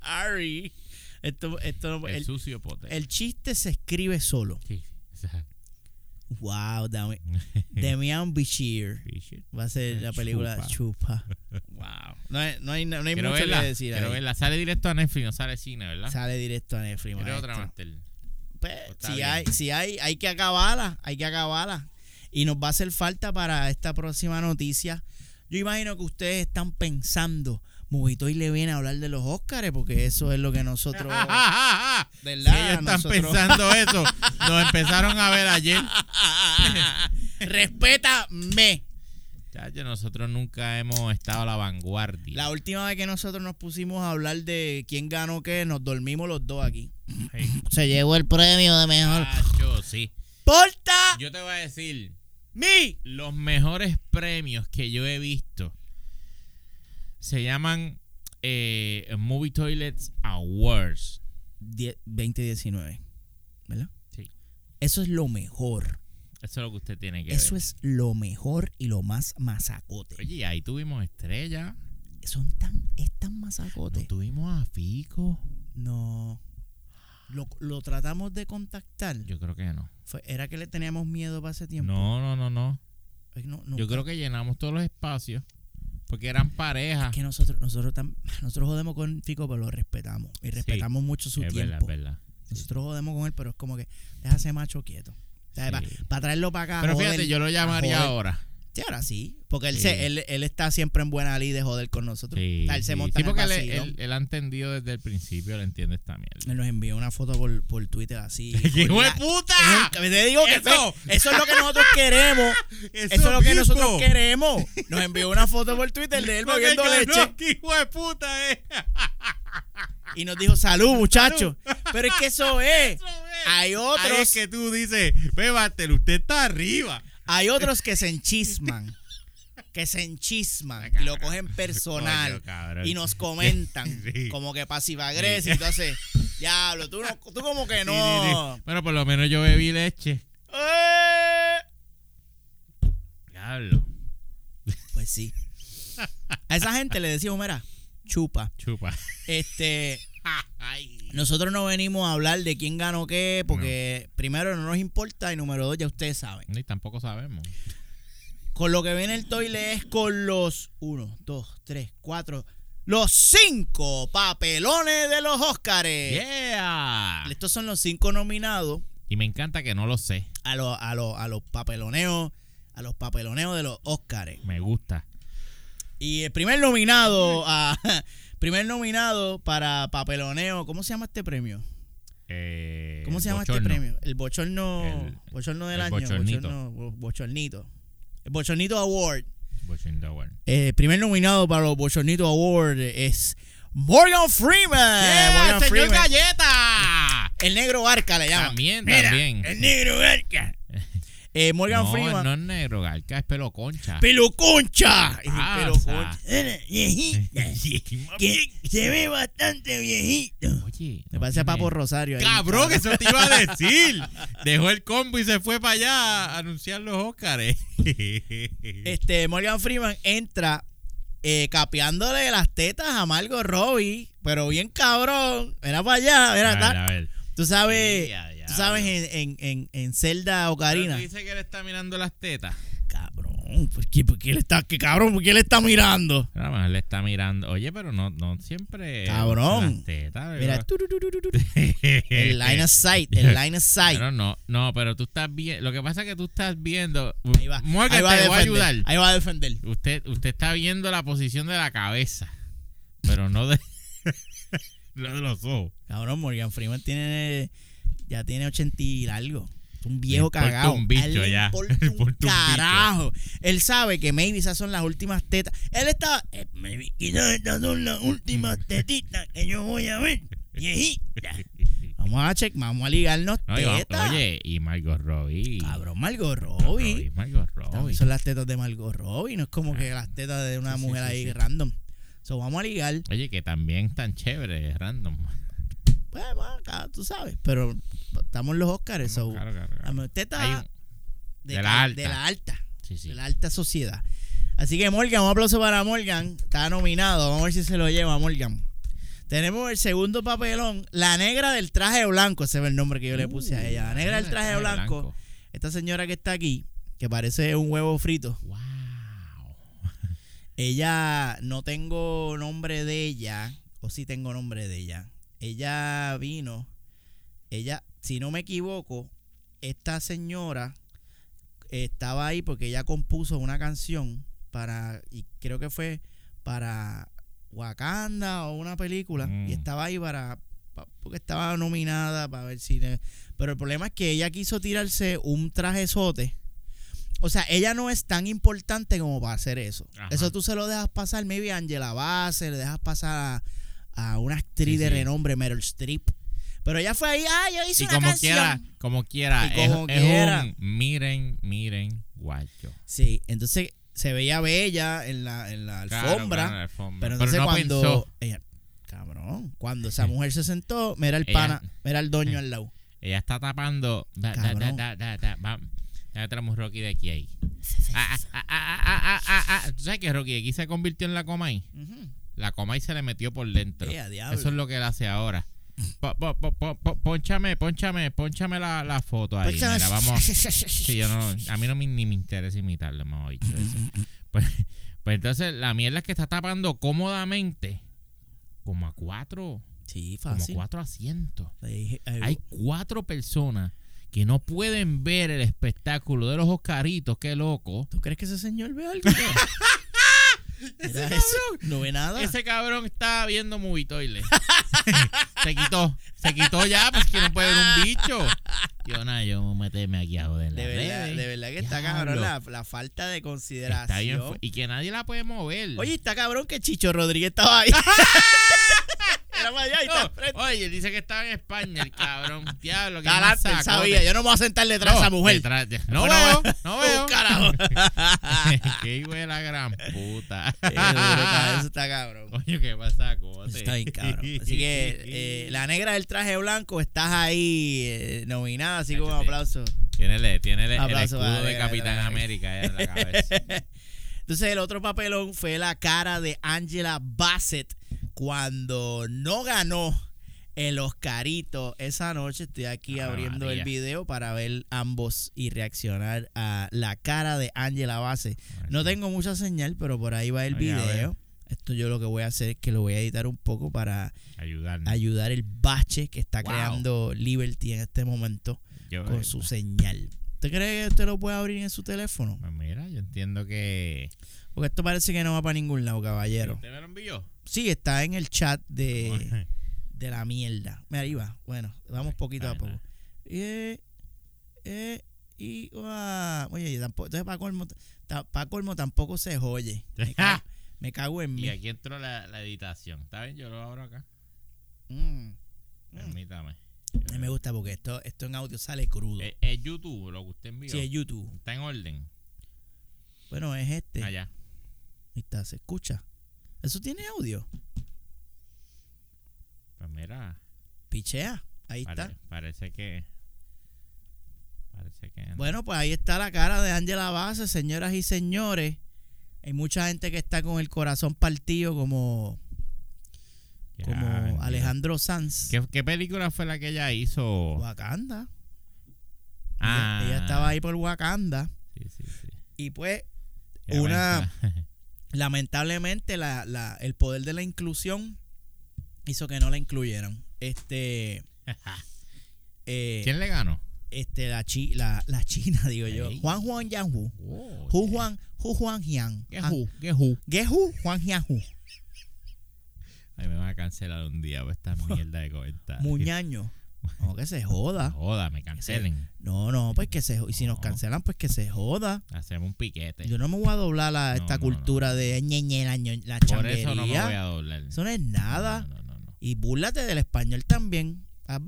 Harry. Esto, esto no- el, Pues el, sucio pote. el chiste se escribe solo. Sí, exacto. Wow, Dami- Damián Bichir. Va a ser la película Chupa. Wow. No hay, no hay, no hay Quiero mucho verla. que decir quiero ahí. verla. Sale directo a Netflix, no sale cine, ¿verdad? Sale directo a Netflix. Quiero otra maestro. master. Pues, Está si bien. hay, si hay, hay que acabarla, hay que acabarla. Y nos va a hacer falta para esta próxima noticia. Yo imagino que ustedes están pensando, Movito y le viene a hablar de los Óscares, porque eso es lo que nosotros. Ah, ah, ah. ¿Verdad? Si ellos están Nosotros- pensando eso. Nos empezaron a ver ayer. Respétame. Chacho, nosotros nunca hemos estado a la vanguardia. La última vez que nosotros nos pusimos a hablar de quién ganó qué, nos dormimos los dos aquí. Sí. Se llevó el premio de mejor. Chacho, sí. ¡Porta Yo te voy a decir, mi! los mejores premios que yo he visto se llaman eh, Movie Toilets Awards. 2019. ¿Verdad? Sí. Eso es lo mejor. Eso es lo que usted tiene que Eso ver. es lo mejor y lo más mazacote. Oye, y ahí tuvimos estrella. Son tan, es tan No mazacote. tuvimos a Fico. No. Lo, lo tratamos de contactar. Yo creo que no. Fue- era que le teníamos miedo para ese tiempo. No, no, no, no. Ay, no, no. Yo creo que llenamos todos los espacios. Porque eran parejas. que nosotros, nosotros, tam- nosotros jodemos con Fico, pero lo respetamos. Y respetamos mucho su Es tiempo. verdad, es verdad. Nosotros jodemos con él, pero es como que déjase macho quieto. Para Sí. traerlo para acá. Pero joder, fíjate, yo lo llamaría a joder. ahora. Sí, ahora sí. Porque él, Sí. se- él, él está siempre en buena ley de joder con nosotros. Sí, O sea, él se sí. monta Sí, en el porque él, vacilón. él- él ha entendido desde el principio, le entiende esta mierda. Él nos envió una foto por, por Twitter ¡Qué así. hijo de Con la- puta! Es el- Te digo que eso, Eso. eso es lo que nosotros queremos. Eso, es lo que mismo. nosotros queremos. Nos envió una foto por Twitter de él Lo que bebiendo ganó, leche ¡Qué hijo de puta eh! y nos dijo salud, muchachos. Pero es que eso es. Hay Ahí es otros, que tú dices, bébate, usted está arriba. hay otros que se enchisman. Que se enchisman y lo cogen personal Coño, cabrón. y nos comentan Sí. como que pasiva agresiva. Entonces, diablo, tú, no, tú como que Sí, no. sí, sí. Bueno, por lo menos yo bebí leche. ¡Eh! Diablo. Pues sí. A esa gente le decimos, mira, chupa. Chupa. Este, Ay. nosotros no venimos a hablar de quién ganó qué, porque primero no nos importa y número dos ya ustedes saben. Ni tampoco sabemos. Con lo que viene el toile es con los 1, 2, 3, 4, los cinco papelones de los Óscares. Yeah. Estos son los cinco nominados Y me encanta que no lo sé. a los, a los, a los papeloneos, a los papeloneos de los Óscares. Me gusta. Y el primer nominado a primer nominado para papeloneo, ¿cómo se llama este premio? Eh, ¿Cómo se llama bochorno. este premio? El bochorno El- bochorno del el año, bochornito. bochorno- bo- bochornito. El bochornito award. Bochorno Award. El Eh, primer nominado para los bochornito award es Morgan Freeman. ¡Eh, Morgan Freeman. ¡Eh, Galleta! El negro barca le llaman. También, Mira, también. El negro barca. Eh, Morgan no, Freeman. no es negro, Galca, es pelo concha. Pelo concha. Y Ah, pelo o sea. concha. Era viejita. que se ve bastante viejito. Oye. Me no parece a tiene- Papo Rosario. ahí. Cabrón, que eso te iba a decir. Dejó el combo y se fue para allá a anunciar los Óscares. Este, Morgan Freeman entra eh, capeándole las tetas a Margot Robbie, pero bien cabrón. Era para allá, era A ver, tal. a ver. Tú sabes, Sí, ya, ya, tú sabes en, en, en, en Zelda Pero tú Ocarina. dices que le está mirando las tetas. Cabrón. cabrón, pues, ¿qué, por qué le está, qué cabrón, ¿por qué le está mirando? A lo mejor le está mirando. Oye, pero no, no siempre. Cabrón. las tetas, Mira, ¿verdad? tu, tu, tu, tu, tu, tu. el line of sight, el line of sight. Pero no, no, pero tú estás bien. Lo que pasa es que tú estás viendo. Ahí va, Morgan, ahí va a te voy a defender. ayudar. Ahí va a defender. Usted, usted está viendo la posición de la cabeza, pero no de, no de los ojos. Cabrón, Morgan Freeman tiene ya tiene 80 y algo. Es un viejo importa cagado. un bicho A él le ya. importa Le un importa un bicho. carajo. Él sabe que maybe esas son las últimas tetas. Él estaba. eh, maybe quizás estas son las últimas tetitas que yo voy a ver. Viejita. Vamos a check, vamos a ligarnos No, y va- tetas. oye, y Margot Robbie. Cabrón, Margot Margot Robbie. Margot Robbie. Son las tetas de Margot Robbie. No es como que las tetas de una Ah. Sí, sí, mujer sí, ahí sí. random. So, vamos a ligar. Oye, que también tan chévere, random. Pues, bueno, ca- tú sabes. Pero estamos en los Oscars. so, Claro, claro, claro. a mí- teta Hay un- de de, la ca- alta. de la alta, sí, sí. de la alta sociedad. Así que Morgan, un aplauso para Morgan. Está nominado. Vamos a ver si se lo lleva Morgan. Tenemos el segundo papelón, la negra del traje blanco, ese es el nombre que yo le Uh, puse a ella. La negra del traje blanco. Esta señora que está aquí, que parece un huevo frito. Wow. Ella, no tengo nombre de ella, o sí tengo nombre de ella. Ella vino, ella, si no me equivoco, esta señora estaba ahí porque ella compuso una canción para, y creo que fue para Wakanda o una película, Mm. y estaba ahí para, pa- porque estaba nominada para ver si... le- pero el problema es que ella quiso tirarse un trajezote. O sea, ella no es tan importante como para hacer eso. Ajá. Eso tú se lo dejas pasar, maybe a Angela Bassett, le dejas pasar a, a una actriz Sí, de sí. renombre, Meryl Streep. Pero ella fue ahí, ah, yo hice Y una como canción. quiera, como quiera, Y es, como es quiera. un miren, miren, guacho. Sí, entonces se veía bella en la, en la Claro, alfombra. claro, alfombra. Pero entonces no cuando. pensó, ella- cabrón, cuando esa mujer se sentó, mira el Ella- pana, mira el doño al lado. ella está tapando. Da, da, da, Cabrón. da, da, da, va. Ya traemos Rocky de aquí ahí. Ah, ah, ah, ah, ah, ah, ah, ah. ¿Tú sabes que Rocky de aquí se convirtió en la Comay? Ujú. La Comay se le metió por dentro. Ea, diablo. Eso es lo que él hace ahora. Po- po- po- po- po- ponchame, ponchame, ponchame la, la foto ahí. Pues, ¿sabes? Mira, vamos. Sí, yo no, a mí no me, ni me interesa imitarlo, hemos dicho Mm, eso. Pues, pues entonces la mierda es que está tapando cómodamente como a cuatro, Ah, Sí, como fácil. eh, cuatro asientos. Ahí- ahí- Hay cuatro personas que no pueden ver el espectáculo de los Oscaritos, qué loco. ¿Tú crees que ese señor ve algo? Mira eso, No ve nada. Ese cabrón está viendo Movie Toilet. se quitó, se quitó ya, pues que no puede ver un bicho. Yo nada, yo meterme aquí a joder. de, las verdad, redes. de verdad que está Diablo. cabrón la, la falta de consideración. Está bien fu- y que nadie la puede mover. Oye, está cabrón que Chicho Rodríguez estaba ahí. Era para allá y está No, al frente. Oh, oye, él dice que estaba en España, el cabrón. Diablo, que Está adelante, él sabía. Yo no me voy a sentar detrás de esa mujer. No Bueno, veo, bueno. no veo. Un carajo. Qué hijo de la gran puta. Qué duro está, Eso está cabrón. Coño, qué pasa, Eso Está bien, cabrón. Así que eh, la negra del traje blanco, estás ahí eh, nominada, así que un Cállate. aplauso. Tiene, el Aplauso escudo para la de negra Capitán de la- América en la cabeza. Entonces el otro papelón fue la cara de Angela Bassett cuando no ganó el Oscarito esa noche. Estoy aquí Ave abriendo Ah, María. el video para ver ambos y reaccionar a la cara de Angela Bassett. No tengo mucha señal, pero por ahí va el Oye, a ver. video. Esto yo lo que voy a hacer es que lo voy a editar un poco para Ayudarnos. ayudar el bache que está Wow. creando Liberty en este momento Yo- con su señal. ¿Usted cree que usted lo puede abrir en su teléfono? Pues mira, yo entiendo que. Porque esto parece que no va para ningún lado, caballero. ¿Usted me lo envió? Sí, está en el chat de, de la mierda. Mira, ahí va. Bueno, vamos poquito a Ahí va. poco. Eh, eh, y, uah. Oye, y tampoco, entonces para colmo, ta- pa' colmo tampoco se oye. Me cago, me cago en Y mí. aquí entró la, la editación. ¿Está bien? Yo lo abro acá. Mm. Permítame. A mí me gusta porque esto, esto en audio sale crudo. Eh, Es YouTube lo que usted envió. Sí, es YouTube. Está en orden. Bueno, es este. Ahí Allá. está, se escucha. ¿Eso tiene audio? Pues mira. Pichea. Ahí pare- está. parece que. Parece que. Bueno, pues ahí está la cara de Ángela Base, señoras y señores. Hay mucha gente que está con el corazón partido, como, Ya, como mira. Alejandro Sanz. ¿Qué, qué película fue la que ella hizo? Wakanda. Ella- Ah. Ella, estaba ahí por Wakanda. Sí, sí, sí. Y pues, Qué Una- ventaja. lamentablemente la, la- el poder de la inclusión hizo que no la incluyeran. Este, eh, ¿Quién le ganó? este la, chi- la, la China, digo yo. Ey. Juan Juan Yang Hu. Oh, Hu Juan, Ah. Hu Juan Yang. ¿Qué Han- ju? ¿Qué ju? ¿Qué Hu? Juan Yang Hu. Ay, me van a cancelar un día por esta mierda de comentarios. Muñaño. No, que se joda. Joda, me cancelen. No, no, pues que se joda. Y si nos No. cancelan, pues que se joda. Hacemos un piquete. Yo no me voy a doblar a No, esta no, cultura de ñeñe, la, ño- la por eso no me voy changuería. a doblar. Eso no es nada. No, no, no, no. Y búrlate del español también. Ah,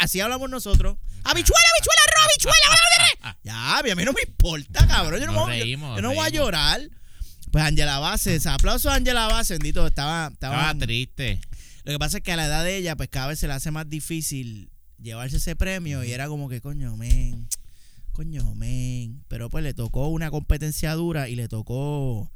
Así hablamos nosotros. Habichuela, habichuela, arroz, habichuela. bla, bla, bla. Ya, a mí no me importa, cabrón. Yo no, Nos voy, a- yo- reímos, yo no voy a reímos. llorar. Pues Angela Bassett, aplauso a Angela Bassett, bendito. Estaba, estaba, Estaba triste. Lo que pasa es que a la edad de ella, pues cada vez se le hace más difícil llevarse ese premio y era como que, coño, men, coño, men. Pero pues le tocó una competencia dura y le tocó,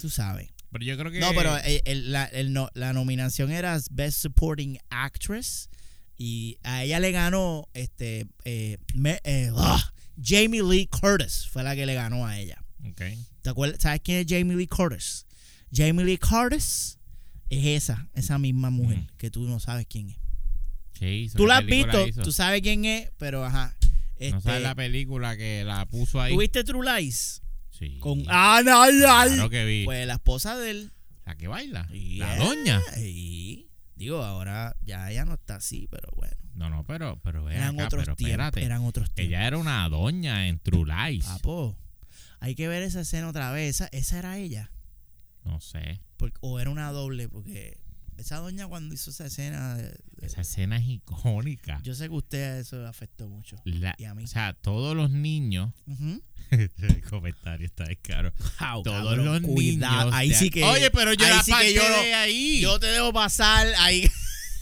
tú sabes. Pero yo creo que. No, pero eh, el- la, el no- la nominación era Best Supporting Actress y a ella le ganó este eh, me- eh, ugh, Jamie Lee Curtis fue la que le ganó a ella. Ok. ¿Te acuerdas? ¿Sabes quién es Jamie Lee Curtis? Jamie Lee Curtis es esa, esa misma mujer Ujú. que tú no sabes quién es. ¿Qué hizo? Tú ¿Qué la has película visto, hizo? tú sabes quién es, pero ajá. No Este, sabes la película que la puso ahí. ¿Tuviste True Lies? Sí. Con. ¡Ah, no, no, Claro no! que vi. Pues la esposa de él. La que baila. Yeah. La doña. Y, digo, ahora ya ella no está así, pero bueno. No, no, pero, pero ven Eran acá, otros pero tiempos. espérate. Eran otros tiempos. Ella era una doña en True Lies. Papo, hay que ver esa escena otra vez. Esa, esa era ella. No sé. Porque- o era una doble, porque esa doña cuando hizo esa escena. eh, Esa escena es icónica. Yo sé que a usted eso le afectó mucho. La- y a mí. O sea, todos los niños. Ujú. el comentario está descaro. Todos cabrón, los cuidado. niños. Ahí de- sí que- Oye, pero yo ahí era sí que parte yo no- de ahí. Yo te dejo pasar ahí.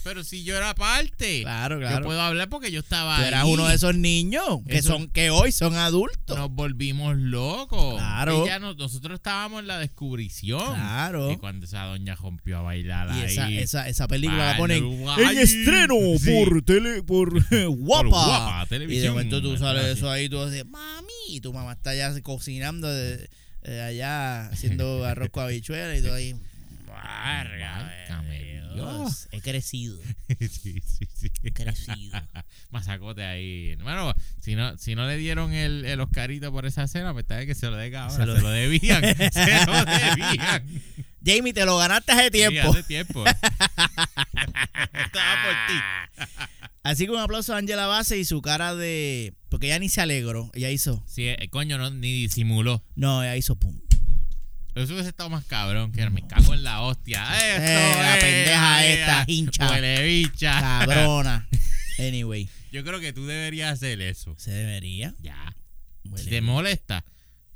pero si yo era parte. Claro, Yo claro. puedo hablar porque yo estaba Tú ahí. eras uno de esos niños que Eso- son que hoy son adultos. Nos volvimos locos. Claro. Ella nos- nosotros estábamos en la descubrición. Claro. Y cuando esa doña rompió a bailar Y ahí. esa, esa, esa película la ponen Vale, en guay. estreno Sí. por tele por guapa. Por guapa, y de televisión. momento tú una sales de cosa eso ahí tú dices, mami, y tu mamá está ya cocinando de, de allá haciendo arroz con habichuela y todo ahí. Varga, Válgame Dios. He crecido, así. sí, sí, sí. he crecido. Masacote ahí. Bueno, si no, si no le dieron el, el Oscarito por esa escena, pues está bien que se lo den ahora. Se Se lo- lo, debían. se lo debían. Jamie, te lo ganaste hace Sí, tiempo. hace tiempo. Estaba por ti. Así que un aplauso a Angela Base y su cara de. Porque ella ni se alegró. Ella hizo. Sí, eh, coño, no, ni disimuló. No, ella hizo pum. Eso hubiese estado más cabrón, que me cago en la hostia. Eso, Eh, la pendeja esta, hincha. Huele bicha. Cabrona. Anyway, Yo creo que tú deberías hacer eso. se debería. Ya. Huele Si te molesta,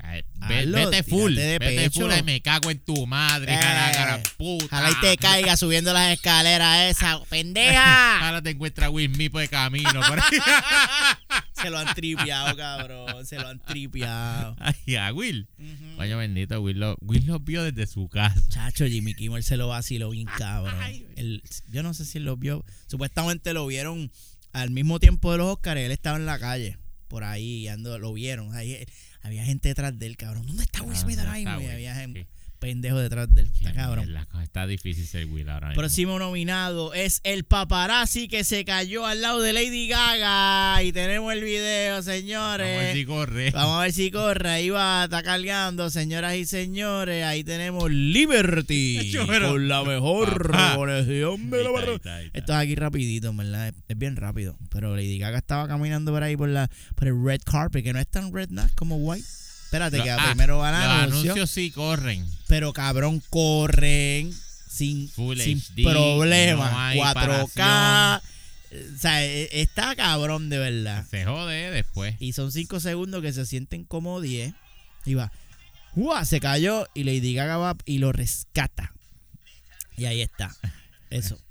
eh, ve- Hazlo, vete full. tírate de Vete pecho. full y me cago en tu madre, Eh, cara, cara puta. Ojalá y te caiga subiendo las escaleras esa. ¡Pendeja! Ahora te encuentra Will Meep de camino. por ahí. se lo han tripiado, cabrón. Se lo han tripiado. Ay, a Will. Coño bendito, Will lo, Will lo vio desde su casa. Chacho, Jimmy Kimmel se lo vaciló bien, cabrón. Él- yo no sé si lo vio. Supuestamente lo vieron al mismo tiempo de los Oscars. Él estaba en la calle, por ahí, ando, lo vieron. Ahí, eh, había gente detrás de él, cabrón. ¿Dónde está Will Ah, Smith ya ahora mismo? está, Y Will. Había gente, Sí. pendejo detrás de él. Está Qué cabrón. mierda, eh. co- está difícil ser Will ahora mismo. Próximo nominado es el paparazzi que se cayó al lado de Lady Gaga. Y tenemos el video, Vamos a ver señores. si corre. Vamos a ver si corre. Ahí va, está cargando, señoras y señores. Ahí tenemos Liberty. Yo, pero- Con la mejor Papá. colección de Ahí está, la ahí barra. está, ahí está. Esto es aquí rapidito, en ¿verdad? Es, es bien rápido. Pero Lady Gaga estaba caminando por ahí por, la, por el red carpet, que no es tan red nada como white. Espérate, que Lo- ah, primero van a Los anuncios sí corren. pero cabrón, corren sin, Full sin HD, no problema. hay 4K. O sea, e- está cabrón de verdad. Se jode después. Y son 5 segundos que se sienten como 10. Y va. ¡Uah! Se cayó y Lady Gaga va y lo rescata. Y ahí está. Eso.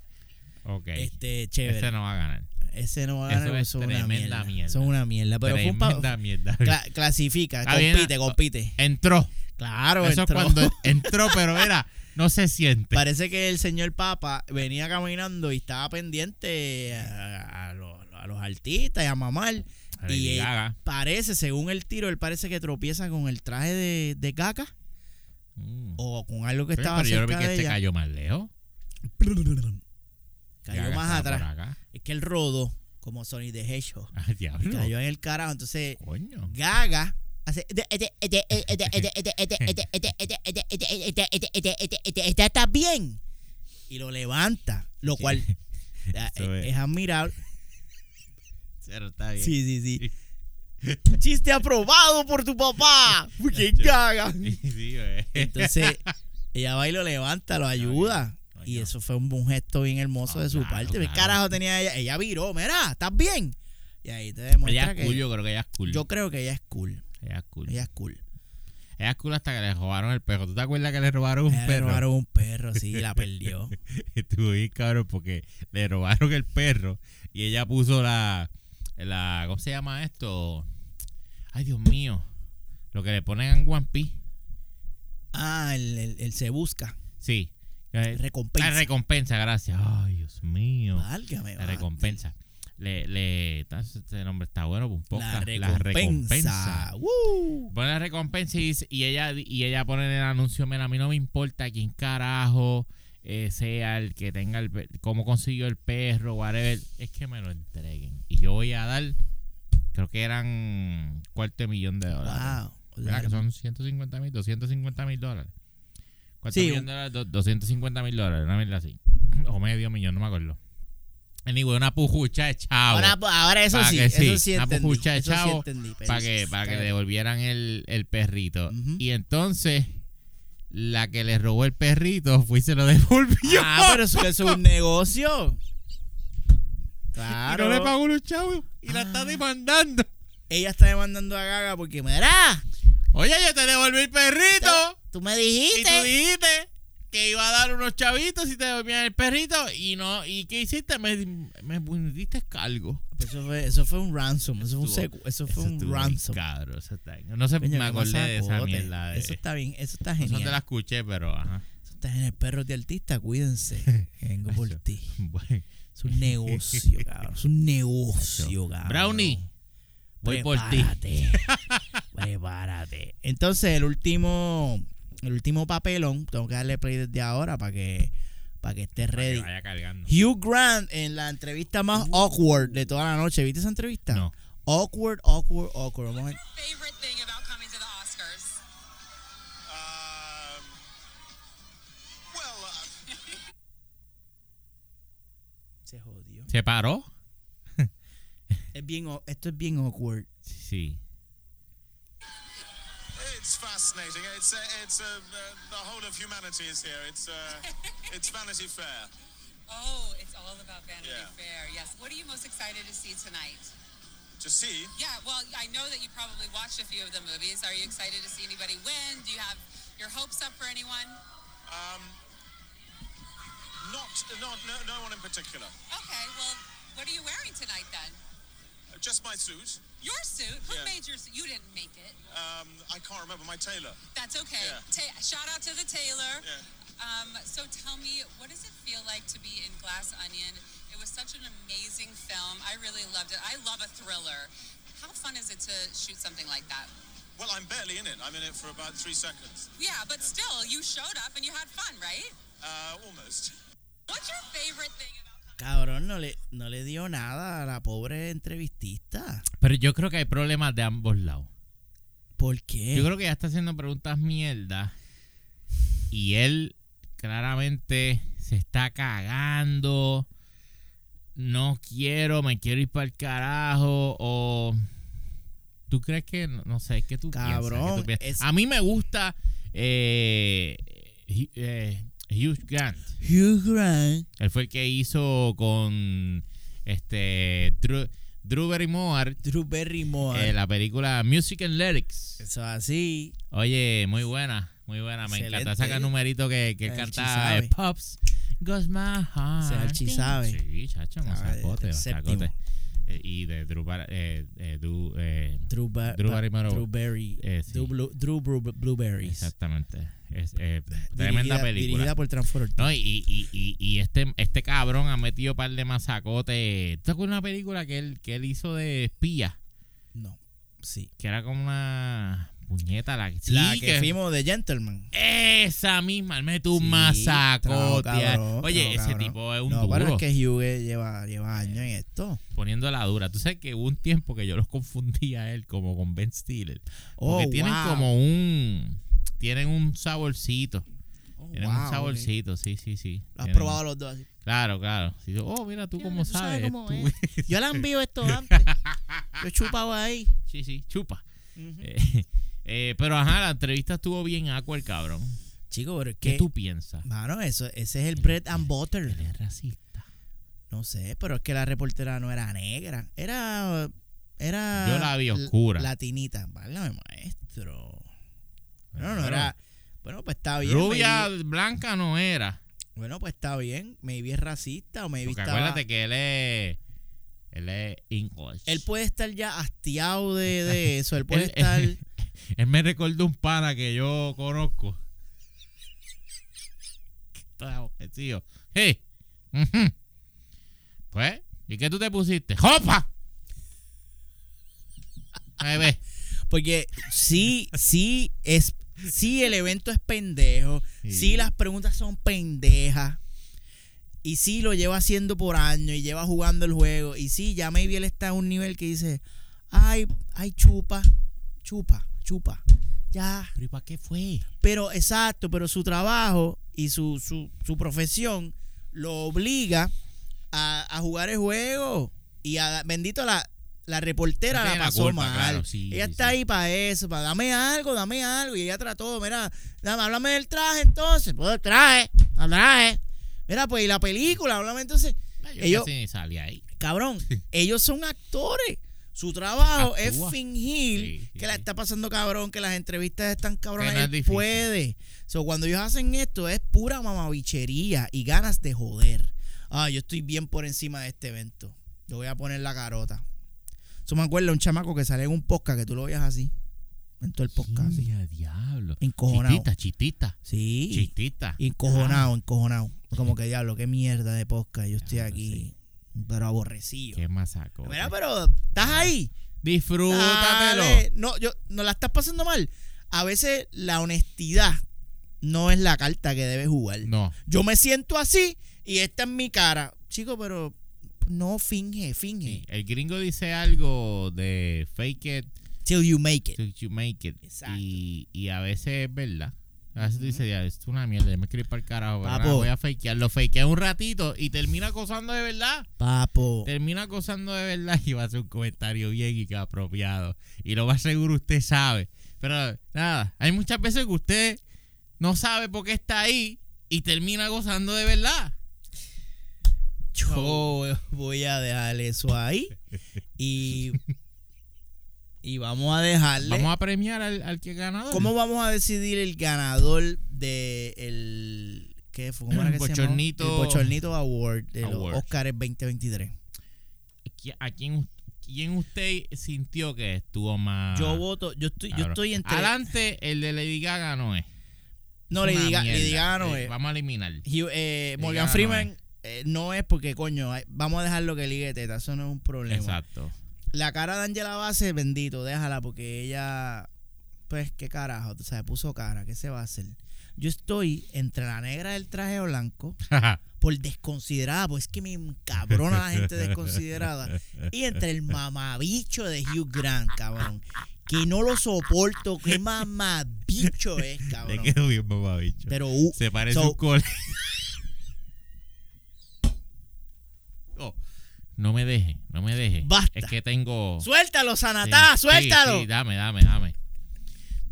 Ok. Este, chévere. Ese no va a ganar. Ese no va a Eso ganar, es eso es una tremenda mierda. mierda. Eso es una mierda. Pero fue un pa- Tremenda mierda. cla- clasifica, Está bien, compite, ah, compite. Entró. Claro, Eso es entró. cuando entró, pero era, no se siente. Parece que el señor Papa venía caminando y estaba pendiente a, a los, a los artistas y a mamar. Y Lady él Gaga. parece, según el tiro, él parece que tropieza con el traje de, de caca Mm. o con algo que Pero estaba yo creo cerca que de este ella. cayó más lejos. Cayó Gaga más estaba por atrás. acá. Es que él rodó como Sonic de Hedgehog. Ah, diablo. Cayó en el carajo. Entonces, Coño. Gaga hace. Esta está bien. Y lo levanta, lo cual Eso eh, es. es admirable. Pero está bien. Sí, sí, sí. Chiste aprobado por tu papá. Uy, ¡Qué gaga! Sí, sí, eh. Entonces, ella va y lo levanta, lo ayuda. Coño. Y eso fue un, un gesto bien hermoso Ah, de su claro, parte. ¿Qué claro. carajo tenía ella? Ella viró, mira, ¿estás bien? Y ahí te demuestra Ella es que. cool, yo creo que ella es cool. Yo creo que ella es cool. Ella es cool. Ella es cool. Ella es cool hasta que le robaron el perro. ¿Tú te acuerdas que le robaron un Ella le perro? robaron un perro, sí, la perdió. Estuvo bien cabrón porque le robaron el perro y ella puso la, la ¿cómo se llama esto? Ay, Dios mío. Lo que le ponen en One Piece. Ah, el, el- el se busca. Sí. Eh, Recompensa. La recompensa, gracias. Ay, Dios mío. Válgame, La va. recompensa. Le, le, ta- este nombre está bueno, un poco. La recompensa. ¡Woo! Pone la recompensa y, dice- y ella, y ella pone en el anuncio, mira, a mí no me importa quién carajo eh, sea el que tenga el... pe- cómo consiguió el perro, whatever. Es que me lo entreguen. Y yo voy a dar, creo que eran cuarto de millón de dólares. Wow. ¿Verdad? Que son 150 mil, 250 mil dólares. Cuarto Sí, millón un- de dólares, do- 250 mil dólares, una mierda así. O medio millón, no me acuerdo. Anyway, una pujucha de chavo. Ahora, ahora eso Pa' sí, que sí, eso sí una entendí. pupucha de eso sí chavo, entendí, pero para eso que, sí para que está le bien. devolvieran el, el perrito. Ujú. Y entonces, la que le robó el perrito fue y se lo devolvió. Ah, pero eso, eso es un negocio. Y Claro. Ah. no le pagó los chavos. Y la está demandando. Ella está demandando a Gaga porque, mira, Oye, yo te devolví el perrito. tú me Y tú dijiste. dijiste que iba a dar unos chavitos y te devolvían el perrito. Y no, ¿y qué hiciste? Me, me diste cargo. Eso fue, eso fue un ransom, eso fue un, Estuvo- secu- eso fue Eso un estuvo bien ransom. cabrón, eso está bien. No sé, Coño, me qué acordé de esa masacote. mierda. De, Eso está bien, eso está no te genial. la escuché, pero ajá. Eso está en el perro de artista, cuídense. Vengo por Eso. ti. Bueno. Es un negocio, cabrón. Es un negocio, cabrón. Brownie, voy por ti. Prepárate. Prepárate. Entonces, el último, el último papelón, tengo que darle play desde ahora para que, para que esté Para que ready. vaya cargando. Hugh Grant en la entrevista más awkward de toda la noche. ¿Viste esa entrevista? No. Awkward, awkward, awkward. Vamos a ver. favorite thing about coming to the Oscars? Um, well, uh, Se jodió. ¿Se paró? Es bien, au- esto es bien awkward. Sí. It's fascinating. It's uh, it's uh, uh, the whole of humanity is here. It's uh, it's Vanity Fair. Oh, it's all about Vanity Yeah. Fair. Yes. What are you most excited to see tonight? To see, Yeah. Well, I know that you probably watched a few of the movies. Are you excited to see anybody win? Do you have your hopes up for anyone? not not no, no one in particular. Okay. Well, what are you wearing tonight then? Uh, Just my suit. Your suit. Who Yeah. made your suit? You didn't make it. Um, I can't remember my tailor. That's okay. Yeah. Ta- shout out to the tailor. Yeah. Um, so tell me, what does it feel like to be in Glass Onion? It was such an amazing film. I really loved it. I love a thriller. How fun is it to shoot something like that? Well, I'm barely in it. I'm in it for about three seconds. Yeah, but still, you showed up and you had fun, right? Uh, almost. What's your favorite thing about? Cabrón, no le, no le dio nada a la pobre entrevistista. Pero yo creo que hay problemas de ambos lados. ¿Por qué? Yo creo que ella está haciendo preguntas mierda. Y él claramente se está cagando. No quiero, me quiero ir para el carajo. O. ¿Tú crees que.? No, no sé, ¿qué tú piensas? ¿Qué tú Cabrón, piensas? es- A mí me gusta. Eh, Hugh- eh, Hugh Grant. Hugh Grant. Él fue el que hizo con este Drew, Drew Barrymore Drew Barrymore. eh, la película Music and Lyrics. Eso así. Oye, muy buena, muy buena. Me encanta Excelente. saca numerito que, que El canta Chisabe. eh, Pops. Goes my heart. Ese es el Chisabe. Sí, chacho, Sabe, masacote, el séptimo. masacote. Eh, y de Drew Bar- eh, eh, Drew, eh, Drew, Ba- Drew Ba- Barrymore. Drew Berry. Eh, sí. Drew, Blu- Drew Bru- Blueberries. Exactamente. Es, eh, Dirigida- tremenda película. Dirigida por Transformers. No, y, y, y- y- y este, este cabrón ha metido par de masacotes. ¿Tú te acuerdas de una película que él, que él hizo de espía? No, sí. Que era como una puñeta la, la sí, que, vimos de Gentleman. Esa misma, él mete un Sí, trago, masacote. cabrón, Oye, trago, ese cabrón. tipo es un no, duro. pero es que Hugh lleva, lleva años en esto. Poniendo la dura. Tú sabes que hubo un tiempo que yo los confundía a él como con Ben Stiller. Oh, Porque tienen wow. como un. Tienen un saborcito. Oh, Tienen wow, un ok. saborcito, sí, sí, sí. Lo has Tienen- probado los dos así. Claro, claro. Sí, yo, oh, mira tú cómo tú sabes sabes. cómo tú- Yo la envío esto antes. Yo chupaba ahí. sí, sí, chupa. Ujú. Eh, eh, pero ajá, la entrevista estuvo bien aqua el cabrón. Chico, pero es ¿Qué, que. tú piensas? Mano, eso, ese es el bread and butter. Él es racista. No sé, pero es que la reportera no era negra. Era. Era. Yo la vi l- oscura. Latinita. Válgame, maestro. No, no Claro. era. Bueno, pues está bien. Rubia maybe- blanca no era. bueno, pues está bien. Maybe es racista o maybe Porque estaba- acuérdate que él es. Él es English. Él puede estar ya hastiado de, de eso. Él puede Él- estar. Él me recordó un pana que yo conozco. Que está objetivo. Hey. Eh, ujú. Pues, ¿y qué tú te pusiste? ¡Jopa! Ahí ve. Porque sí, sí es. Sí, el evento es pendejo. Sí. Sí, las preguntas son pendejas. Y sí, lo lleva haciendo por años y lleva jugando el juego. Y sí, ya maybe él está a un nivel que dice: Ay, ay, chupa, chupa, chupa. Ya. ¿Pero y para qué fue? Pero exacto, pero su trabajo y su, su, su profesión lo obliga a, a jugar el juego. Y a, bendito la, la reportera No la tiene la pasó culpa, mal. claro, sí, ella sí, está sí. ahí para eso, para dame algo, dame algo. Y ella trató, mira, dame, háblame del traje entonces. Pues del traje, del traje. Mira, pues y la película, háblame entonces. Yo Ellos- casi ni salí ahí. Cabrón, ellos son actores. Su trabajo Actúa. es fingir Sí, sí, que la sí. está pasando cabrón, que las entrevistas están cabronas. Que no es él difícil. puede. So, cuando ellos hacen esto es pura mamabichería y ganas de joder. Ah, yo estoy bien por encima de este evento. Yo voy a poner la carota. Eso me acuerda un chamaco que sale en un podcast que tú lo veías así. En todo el podcast. así. Mira, diablo. Encojonado. Chistita, chistita. Sí. Chistita. Encojonado, encojonado. Como que diablo, qué mierda de podcast. Yo estoy Ah. Diablo, aquí, pero aborrecido. Qué masaco. Mira, pero estás ahí. Disfrútatelo. Dale. No, yo, no la estás pasando mal. A veces la honestidad no es la carta que debes jugar. No. Yo me siento así y esta es mi cara. Chico, pero no Sí, finge, finge. El gringo dice algo de fake it Till you make it. till you make it. Exacto. Y, y a veces es verdad. A veces tú dices, ya, esto es una mierda, yo me quiero ir para el carajo, pero Papo. nada, voy a fakear. Lo fakeé un ratito y termina acosando de verdad. Papo. Termina acosando de verdad y va a hacer un comentario bien y que apropiado. Y lo más seguro usted sabe. Pero nada, hay muchas veces que usted no sabe por qué está ahí y termina gozando de verdad. Yo voy a dejar eso ahí. Y. Y vamos a dejarle. Vamos a premiar al, al que ganador. ¿Cómo vamos a decidir el ganador de el qué fue ¿Cómo era El que se bochornito- llamaba? El bochornito Award de los Award. Oscars 2023? ¿Qui- ¿A quién, us- quién usted sintió que estuvo más? Yo voto, yo estoy, yo cabrón? estoy entre. Adelante, el de Lady Gaga no es. no le Una diga, le mierda. diga no Eh, es. Vamos a eliminar. Hugh- eh, Morgan Gaga no Freeman eh, no es porque coño, ay, vamos a dejarlo que ligue teta, eso no es un problema. Exacto. La cara de Angela Base, bendito, déjala porque ella, pues qué carajo, o sea, puso cara, qué se va a hacer. Yo estoy entre la negra del traje blanco. por desconsiderada, pues es que me encabrona la gente desconsiderada. Y entre el mamabicho de Hugh Grant, cabrón, que no lo soporto, qué mamabicho es, Le cabrón. quedó bien, mamabicho. Pero uh, Se parece so- un cole. Oh, no me deje, no me deje. Basta. Es que tengo. suéltalo, Sí, Sanatá, sí, suéltalo. sí, dame, dame, dame.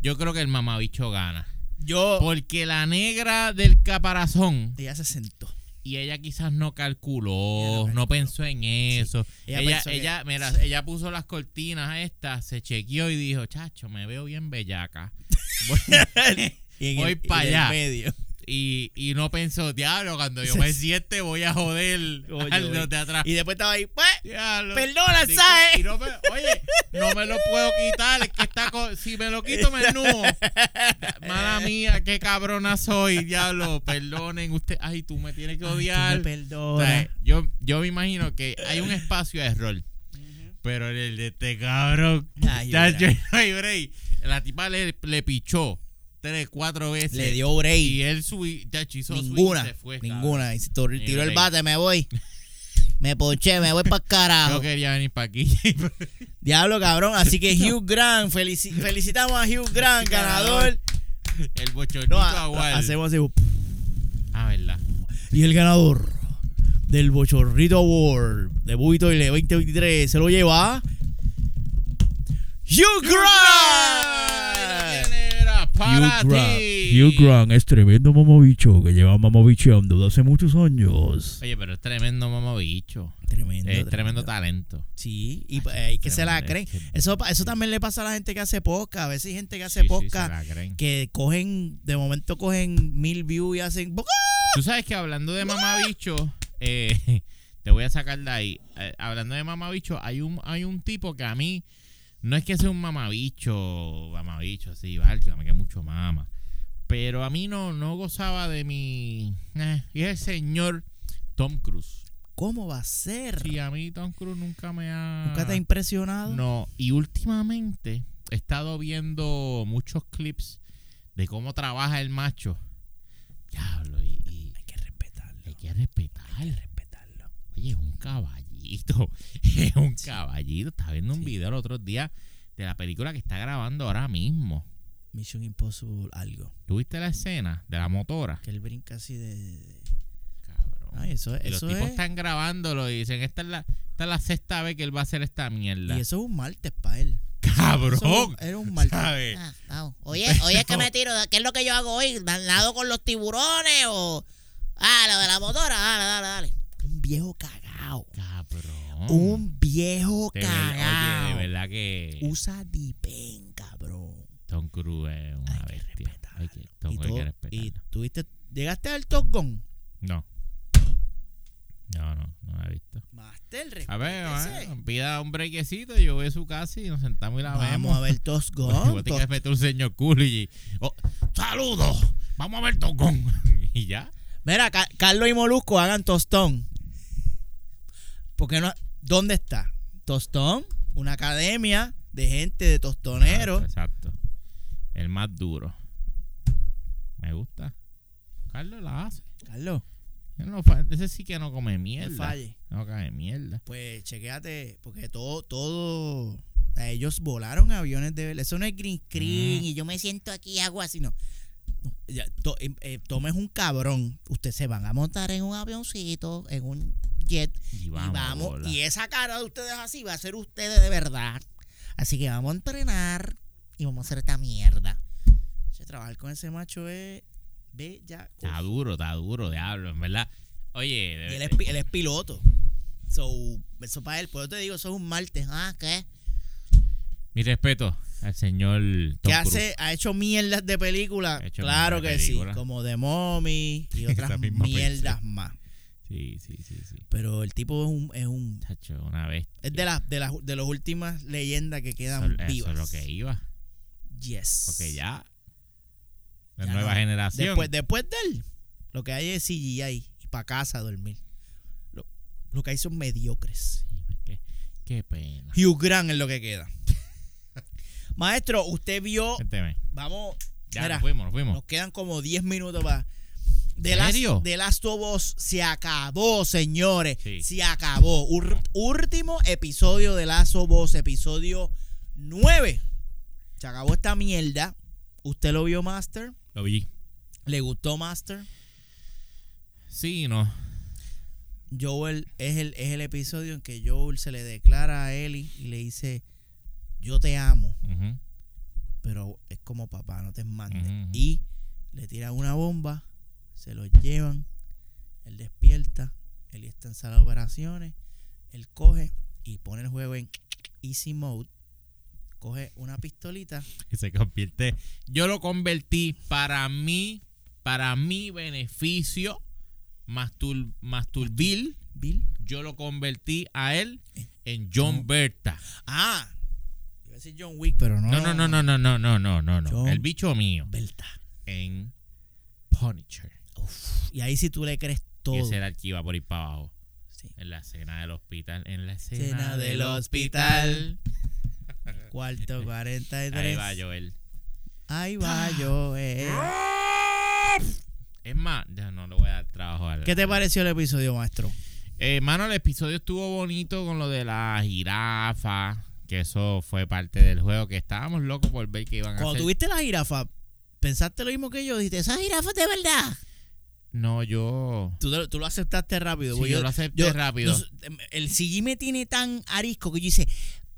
Yo creo que el mamabicho gana. Yo Porque la negra del caparazón. ella se sentó. y ella quizás no calculó, Ella no no, calculó. pensó en eso. Ella, Ella ella, pensó que- mira, ella puso las cortinas estas, se chequeó y dijo, chacho, me veo bien bellaca. Voy- Y en Voy el- y pa' en el allá. medio. y, y no pensó, diablo, cuando yo me siente voy a joder Oye, al de oye. de atrás. Y después estaba ahí, pues, Diablo. Perdona, Discul- ¿sabes? y no me- oye, no me lo puedo quitar. Es que está co- si me lo quito, me ennudo. Mala mía, qué cabrona soy, diablo. Perdonen, usted. Ay, tú me tienes que Ay, tú me odiar. perdonas. O sea, yo, yo me imagino que hay un espacio de error. Pero en el de este cabrón. Ay, chacho, break. no hay break. La tipa le, le pichó tres, cuatro veces. Le dio break. Y él sui- chacho, hizo swing y ninguna. se fue, cabrón. ninguna. Y si tor- Ni tiró el break. bate, me voy. Me ponché, me voy para carajo. Yo quería venir para aquí. Diablo, cabrón. Así que Hugh Grant, felici- felicitamos a Hugh Grant, ganador. el bochornito No, agual. ha- hacemos así. Ah, verdad. Y el ganador del Bochorrito Award de Buito y 2023 se lo lleva. ¡Hugh Ay, Grant! la negra, para Hugh Grant. ti. Hugh Grant es tremendo mamabicho que lleva mamabicheando desde hace muchos años. Oye, pero es tremendo mamabicho. Tremendo, Es tremendo talento. Sí, y pues, hay que se la Tremendo, creen. tremendo. Eso, pa- eso también le pasa a la gente que hace podcast. A veces hay gente que hace Sí, sí, podcast se la creen. que cogen, de momento cogen mil views y hacen. Tú sabes que hablando de mamabicho, eh, te voy a sacar de ahí. Eh, hablando de mamabicho, hay un, hay un tipo que a mí no es que sea un mamabicho, mamabicho, así, válgame que mucho mama. Pero a mí no, no gozaba de mi. eh, y es el señor Tom Cruise. ¿Cómo va a ser? Sí, a mí Tom Cruise nunca me ha. ¿Nunca te ha impresionado? No, y últimamente he estado viendo muchos clips de cómo trabaja el macho. Diablo, y, y Hay que respetarlo. hay que respetar. respetarlo. Oye, es un caballito. Es un caballito. Estaba viendo un video el otro día de la película que está grabando ahora mismo. Mission Impossible, algo. ¿Tuviste la escena de la motora? Que él brinca así de. Cabrón. Ay, Y eso, es- los eso tipos es. están grabándolo y dicen, esta es la, esta es la sexta vez que él va a hacer esta mierda. Y eso es un martes para él. Cabrón. Eso era un martes. ¿Sabes? Ah, vamos. Oye, oye, es que me tiro. ¿Qué es lo que yo hago hoy? ¿Nado con los tiburones o.? Ah, lo de la motora. Dale, dale, dale. Un viejo cagao. Cabrón. Un viejo De ver- cagao. Mm. oye, de verdad que Usa Dipen, cabrón. Tom Cruise es una Hay que bestia. respetarlo. Hay que, Tom y, Cruise hay que todo- y respetarlo. tuviste, llegaste al Top Gun. No. No, no, no la he visto. Master, A ver, respétese. bueno, pida un brequecito, yo voy a su casa y nos sentamos y la Vamos a vemos. ver Top Porque vos Gun. te Top- quieres meter un señor culo y... oh, ¡Saludos! ¡Vamos a ver Tocón! y ya. Mira, Ca- Carlos y Molusco hagan tostón. Porque no, ¿dónde está? Tostón, una academia de gente Ah, de tostoneros. Exacto. El más duro. Me gusta. Carlos la hace. Carlos, Él no fa- ese sí que no come mierda. falle. No come mierda. pues chequéate, porque todo, todo, a ellos volaron aviones de verdad. Eso no es green screen Mm. y yo me siento aquí hago así, no. No, ya, to- eh, eh, tomes un cabrón, ustedes se van a montar en un avioncito, en un jet Y y vamos. vamos, bola. y esa cara de ustedes así va a ser ustedes de verdad. Así que vamos a entrenar y vamos a hacer esta mierda. Che, trabajar con ese macho es bella. cosa. Está duro, eh. está duro, diablo, en verdad. Oye, Y de- él es, pi- él es piloto. So, eso para él. Por eso te digo, eso es un martes. Ah, ¿qué? mi respeto al señor Tom ¿Qué Cruise. hace? Ha hecho mierdas de película. Ha hecho Claro que mierdas de película. sí. Como The Mommy y Esa otras misma mierdas pensé. más. Sí, sí, sí, sí. Pero el tipo es un. Es, un, Chacho, una bestia. es de las de las de las últimas leyendas que Eso, quedan eso vivas. es lo que iba. Yes. Porque ya. La Ya nueva no. generación. Después, después de él, lo que hay es CGI y para casa a dormir. Lo, lo que hay son mediocres. Sí, qué, qué pena. Hugh Grant es lo que queda. Maestro, usted vio. Cuénteme. Vamos. Ya mira, nos fuimos, nos fuimos. nos quedan como 10 minutos para. De ¿En las, serio? de las se acabó, señores. Sí. Se acabó. Ur- último episodio de Last of Us, episodio 9. Se acabó esta mierda. ¿Usted lo vio, Master? Lo vi. ¿Le gustó, Master? Sí, no. Joel es el, es el episodio en que Joel se le declara a Ellie y le dice, yo te amo, Ujú. pero es como papá, no te mandes. Ujú, ujú. Y le tiran una bomba, se lo llevan, él despierta, Ellie está en sala de operaciones, él coge y pone el juego en easy mode, coge una pistolita, que se convierte. Yo lo convertí para mí, para mi beneficio, Mastur, Masturbil. Bill. Yo lo convertí a él en John Berta. Ah, iba a decir John Wick, pero no. No, no, no, no, no, no, no, no, no, no. Ah. John- El bicho mío Berta. en Punisher. Uf, Y ahí sí tú le crees todo. Que será el que iba por ir para abajo. Sí. Sí. En la cena del hospital. En la cena, Cena del del hospital. hospital. Cuarto 43. Ahí va Ah. Joel. Ahí va eh. Joel. Es más, ya no le voy a dar trabajo al. ¿Qué te pareció el episodio, maestro? Eh, Hermano, el episodio estuvo bonito con lo de la jirafa. Que eso fue parte del juego. Que estábamos locos por ver que iban a Cuando hacer. tuviste la jirafa, ¿pensaste lo mismo que yo? Dijiste, esa jirafa es de verdad. No, yo. Tú, te- tú lo aceptaste rápido. Sí, porque yo lo acepté rápido. no sé, em, el CG me tiene tan arisco que yo hice,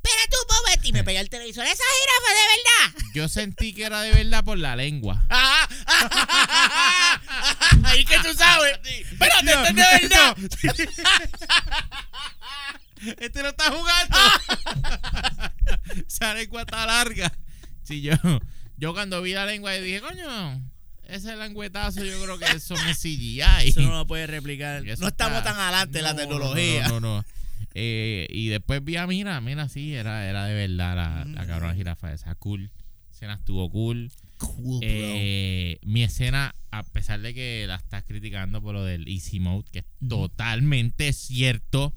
Espera tú, Bobet, y me pegué el televisor. Esa jirafa de verdad. Yo sentí que era de verdad por la lengua. ahí que tú sabes. Espérate, esto es de verdad. Este no está jugando. Esa lengua está larga. Sí, yo, yo cuando vi la lengua dije, coño, ese languetazo yo creo que eso me CGI. Eso no lo puedes replicar. Eso No estamos está- tan adelante en la no, no, tecnología. No, no, no. Eh, y después vi a Mira, mira, sí, era, era de verdad la, la cabrona jirafa esa. Cool. Escena estuvo cool. Cool, bro. Eh, mi escena, a pesar de que la estás criticando por lo del Easy Mode, que es totalmente cierto,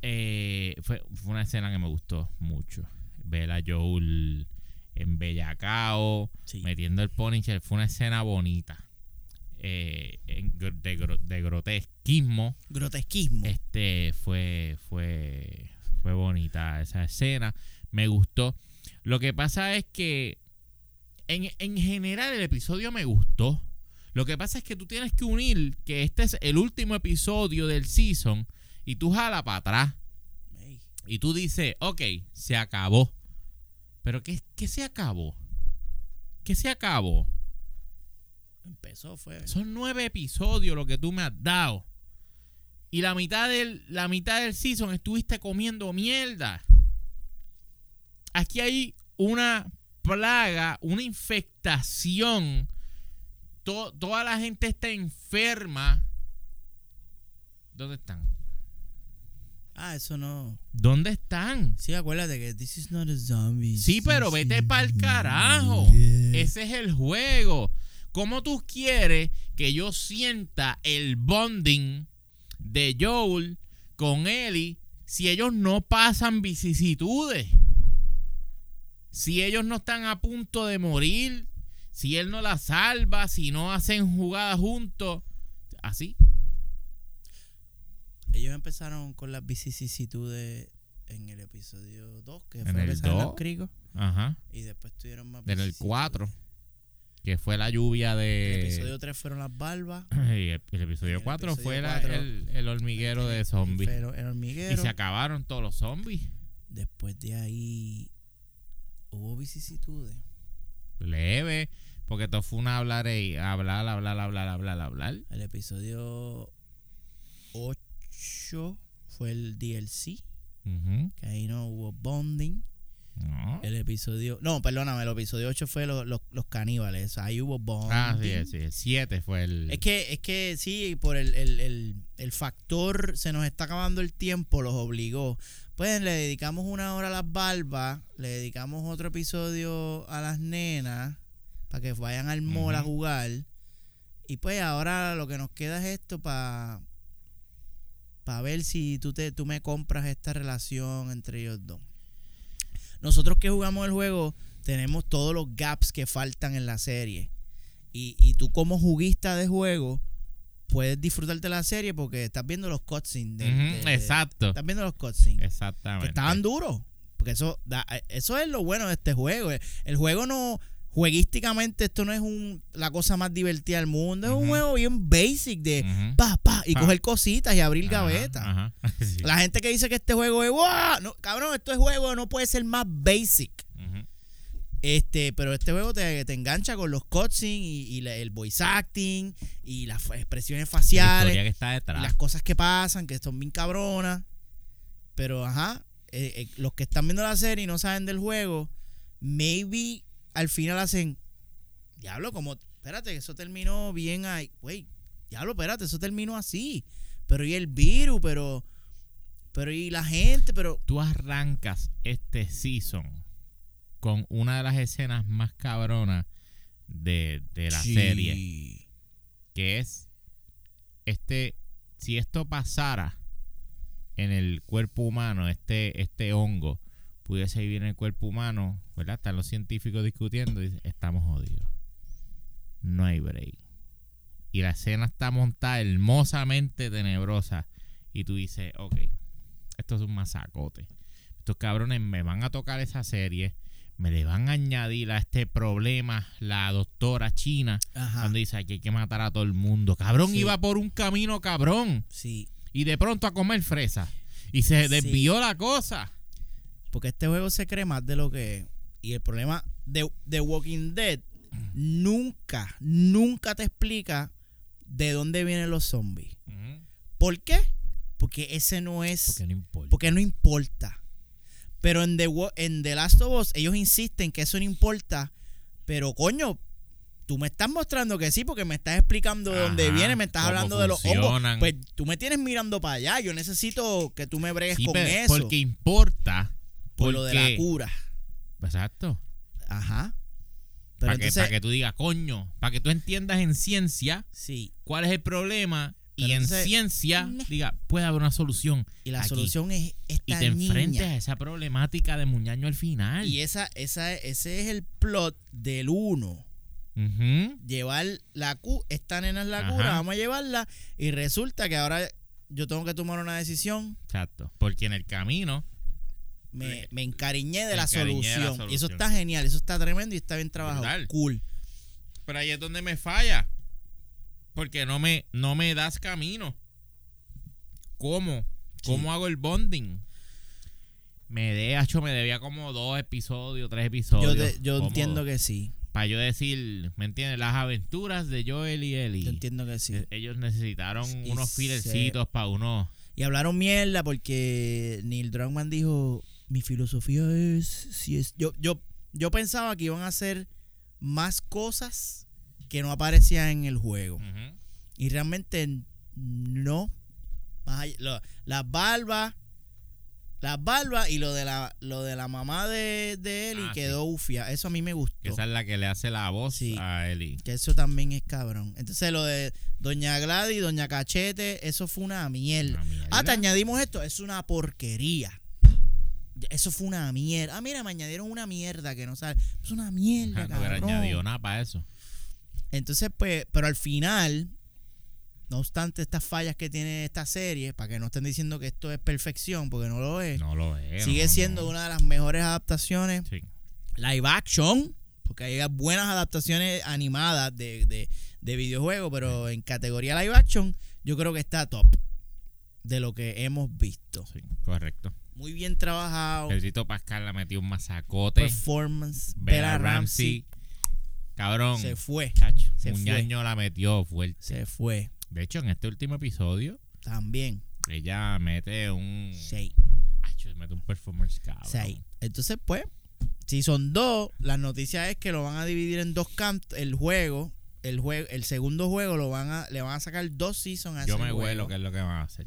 eh, fue, fue una escena que me gustó mucho. Ver a Joel en Bellacao, Sí. metiendo el Punisher, fue una escena bonita. Eh, en gr- de, gro- de grotesquismo, Grotesquismo. este fue, fue, fue bonita esa escena. Me gustó. Lo que pasa es que en, en general el episodio me gustó. Lo que pasa es que tú tienes que unir que este es el último episodio del season y tú jala para atrás Ey. y tú dices, ok, se acabó. Pero ¿qué, qué se acabó? ¿Qué se acabó? Empezó, fue. Son nueve episodios lo que tú me has dado. Y la mitad del, la mitad del season estuviste comiendo mierda. Aquí hay una plaga, una infectación. To- toda la gente está enferma. ¿Dónde están? Ah, eso no. ¿Dónde están? Sí, acuérdate que this is not a zombie. Sí, pero vete para el carajo. Ese es el juego. ¿Cómo tú quieres que yo sienta el bonding de Joel con Ellie si ellos no pasan vicisitudes? Si ellos no están a punto de morir, si él no la salva, si no hacen jugadas juntos, así. Ellos empezaron con las vicisitudes en el episodio 2, que fue el el de los dos. cricos. Ajá. Y después tuvieron más Del el eh, vicisitudes. 4, que fue la lluvia En de... El episodio 3 fueron las barbas. Y el, el episodio El 4 episodio fue la- cuatro. el, el hormiguero de zombies. Pero el Y hormiguero. se acabaron todos los zombies. Después de ahí hubo vicisitudes. Leve. Porque todo fue una hablar y hablar, hablar, hablar, hablar, hablar. El episodio 8 fue el DLC, Ujú. que ahí no hubo bonding. No. El episodio. No, perdóname, el episodio 8 fue los, los, los caníbales. Ahí hubo bonding. Ah, sí, sí. El 7 fue el. Es que, es que sí, por el, el- el- el factor se nos está acabando el tiempo, los obligó. Pues le dedicamos una hora a las barbas, le dedicamos otro episodio a las nenas, para que vayan al mall a Ujú. jugar. Y pues ahora lo que nos queda es esto para ver si tú, te, tú me compras esta relación entre ellos dos. Nosotros que jugamos el juego tenemos todos los gaps que faltan en la serie. Y, y tú como juguista de juego puedes disfrutarte la serie porque estás viendo los cutscenes. de- de- Ujú, de- Exacto. Estás viendo los cutscenes. Que Exactamente. estaban duros. Porque eso, da- eh, eso es lo bueno de este juego. El, el juego no. Jueguísticamente, esto no es un, la cosa más divertida del mundo. Es un Ujú. juego bien basic de Ujú. pa, pa, y Pa. coger cositas y abrir Ajá, gavetas. ajá. Sí. La gente que dice que este juego es. ¡Wow! No, cabrón, este juego no puede ser más basic. Ujú. Este, pero este juego te, te engancha con los cutscenes y, y la- el voice acting y las fa- expresiones La historia faciales que está y detrás. las cosas que pasan, que son bien cabronas. Pero ajá, eh, eh, los que están viendo la serie y no saben del juego, maybe al final hacen diablo, como espérate, eso terminó bien ahí, güey. Diablo, espérate, eso terminó así. Pero y el virus, pero pero y la gente, pero Tú arrancas este season con una de las escenas más cabronas de, de la Sí. serie. que es este si esto pasara en el cuerpo humano, este, este hongo, pudiese vivir en el cuerpo humano, ¿verdad? Están los científicos discutiendo y dicen, estamos jodidos. No hay break. Y la escena está montada hermosamente tenebrosa. Y tú dices, ok, esto es un masacote. Estos cabrones me van a tocar esa serie. Me le van a añadir a este problema la doctora china. Ajá. Cuando dice "Aquí hay que matar a todo el mundo. Cabrón, Sí. iba por un camino cabrón. Sí. Y de pronto a comer fresa. Y se Sí. desvió la cosa. Porque este juego se cree más de lo que es. Y el problema de, de Walking Dead nunca, nunca te explica de dónde vienen los zombies. ¿Por qué? Porque ese no es. Porque no importa. porque no importa. Pero en The, Wa- en The Last of Us ellos insisten que eso no importa. Pero coño, tú me estás mostrando que sí, porque me estás explicando de dónde Ajá, viene, me estás cómo hablando de los hongos. funcionan. Pues tú me tienes mirando para allá. Yo necesito que tú me bregues Sí, con pero- eso. Porque importa. por lo de la porque- cura. Exacto. Ajá. Pero Para que, entonces, pa' que tú digas, coño. Para que tú entiendas en ciencia sí. cuál es el problema. Y Pero en entonces- ciencia, diga, puede haber una solución. Y la aquí. solución es Y esta te enfrentes niña. a esa problemática de Muñaño al final. Y esa, esa, ese es el plot del uno. Ujú. llevar la cu esta nena es la Ajá. cura, vamos a llevarla y resulta que ahora yo tengo que tomar una decisión. Exacto. Porque en el camino Me, Le- me encariñé de me la, encariñé de la solución. Y eso solución. está genial, eso está tremendo y está bien trabajado. Brutal. Cool. Pero ahí es donde me falla. Porque no me, no me das camino. ¿Cómo? ¿Cómo hago el bonding? Me de, acho, me debía como dos episodios, tres episodios. Yo, te- yo entiendo que sí. Para yo decir, ¿me entiendes? Las aventuras de Joel y Yo Ellie. entiendo que sí. Ellos necesitaron Y unos se- filercitos para uno. Y hablaron mierda porque Neil Druckmann dijo, mi filosofía es, si es... Yo, yo, yo pensaba que iban a hacer más cosas que no aparecían en el juego. Ujú. Y realmente no. Más allá- lo- las barbas. Las barbas y lo de la, lo de la mamá de, de Eli Ah, quedó ufia. Eso a mí me Que gustó. esa es la que le hace la voz Sí. a Ellie. Que eso también es cabrón. Entonces lo de Doña Gladys, Doña Cachete, eso fue una mierda. Una mierda. Ah, te añadimos esto. Es una porquería. Eso fue una mierda. Ah, mira, me añadieron una mierda que no sabe. Es una mierda, Ajá, No hubiera cabrón. añadido nada para eso. Entonces, pues, pero al final, no obstante estas fallas que tiene esta serie, para que no estén diciendo que esto es perfección, porque no lo es, No lo es. Eh, sigue no, siendo no. una de las mejores adaptaciones Sí. live action, porque hay buenas adaptaciones animadas de, de, de videojuegos, pero en categoría live action, yo creo que está top de lo que hemos visto. Sí, correcto. Muy bien trabajado, Pedrito Pascal la metió un masacote. performance, Bella Bella Ramsey. Pues, Ramsey Cabrón. se fue, Chacho, se fue. Muñaño la metió fuerte. se fue De hecho, en este último episodio, también. ella mete un. Sí. Acho, mete un performance Mm, cabrón. Sí. Entonces, pues, si son dos, la noticia es que lo van a dividir en dos cantos. El juego, el juego, el segundo juego lo van a, le van a sacar dos seasons a Yo ese me juego. huelo que es lo que van a hacer.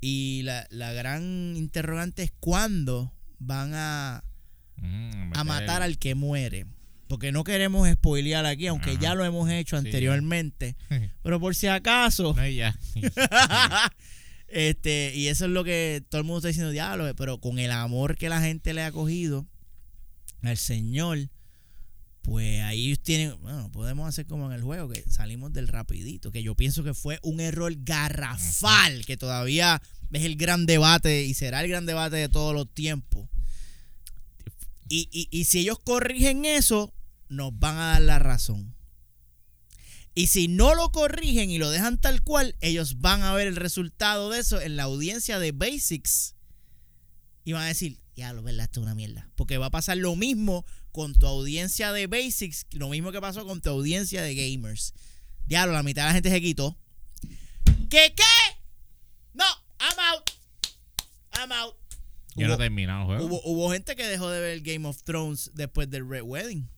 Y la, la gran interrogante es cuándo van a, Mm, meter a matar el- al que muere. Porque no queremos spoilear aquí, aunque Ajá. ya lo hemos hecho Sí. anteriormente. Pero por si acaso. No, y ya. este, y eso es lo que todo el mundo está diciendo, diablo, pero con el amor que la gente le ha cogido al Señor, pues ahí tienen, bueno, podemos hacer como en el juego, que salimos del rapidito, que yo pienso que fue un error garrafal, que todavía es el gran debate y será el gran debate de todos los tiempos. Y, y- y si ellos corrigen eso, nos van a dar la razón. Y si no lo corrigen y lo dejan tal cual, ellos van a ver el resultado de eso en la audiencia de Basics. Y van a decir, ya lo verdad, esto es una mierda. Porque va a pasar lo mismo con tu audiencia de Basics, lo mismo que pasó con tu audiencia de gamers. Diablo, la mitad de la gente se quitó. ¿Qué qué? No, I'm out. I'm out. Yo no he Hubo- terminado el juego. Hubo, hubo gente que dejó de ver Game of Thrones después del Red Wedding.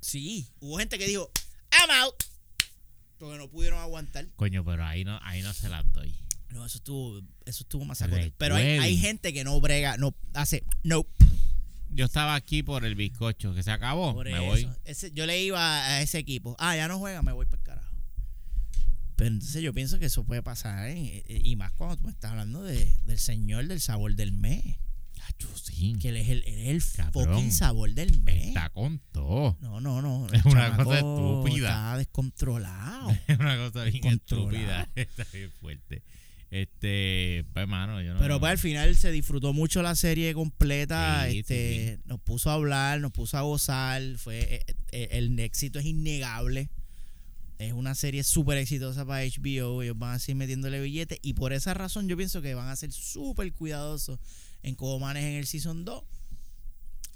Sí. Hubo gente que dijo, I'm out. Porque no pudieron aguantar. Coño, pero ahí no, ahí no se las doy. No, eso estuvo, eso estuvo masacre. Red Pero hay, Wedding. hay gente que no brega, no hace, no. Yo estaba aquí por el bizcocho, que se acabó. Por me eso, voy. ese- yo le iba a ese equipo. Ah, ya no juega, me voy para el carajo. Pero entonces yo pienso que eso puede pasar, ¿eh? Y y más cuando tú me estás hablando de- del señor del sabor del mes. Chacho, sí. Que él es el, él es el Cabrón. fucking sabor del mes. Está con todo. No, no, no. Es el una chamaco cosa estúpida. Está descontrolado. Es una cosa bien Controlado. estúpida. Está bien fuerte. Este, pues, hermano, yo no. Pero pues al final se disfrutó mucho la serie completa. Sí, sí, este, Nos puso a hablar, nos puso a gozar. Fue, eh, eh, el éxito es innegable. Es una serie súper exitosa para HBO. Ellos van a seguir metiéndole billetes. Y por esa razón yo pienso que van a ser súper cuidadosos en cómo manejen el Season 2.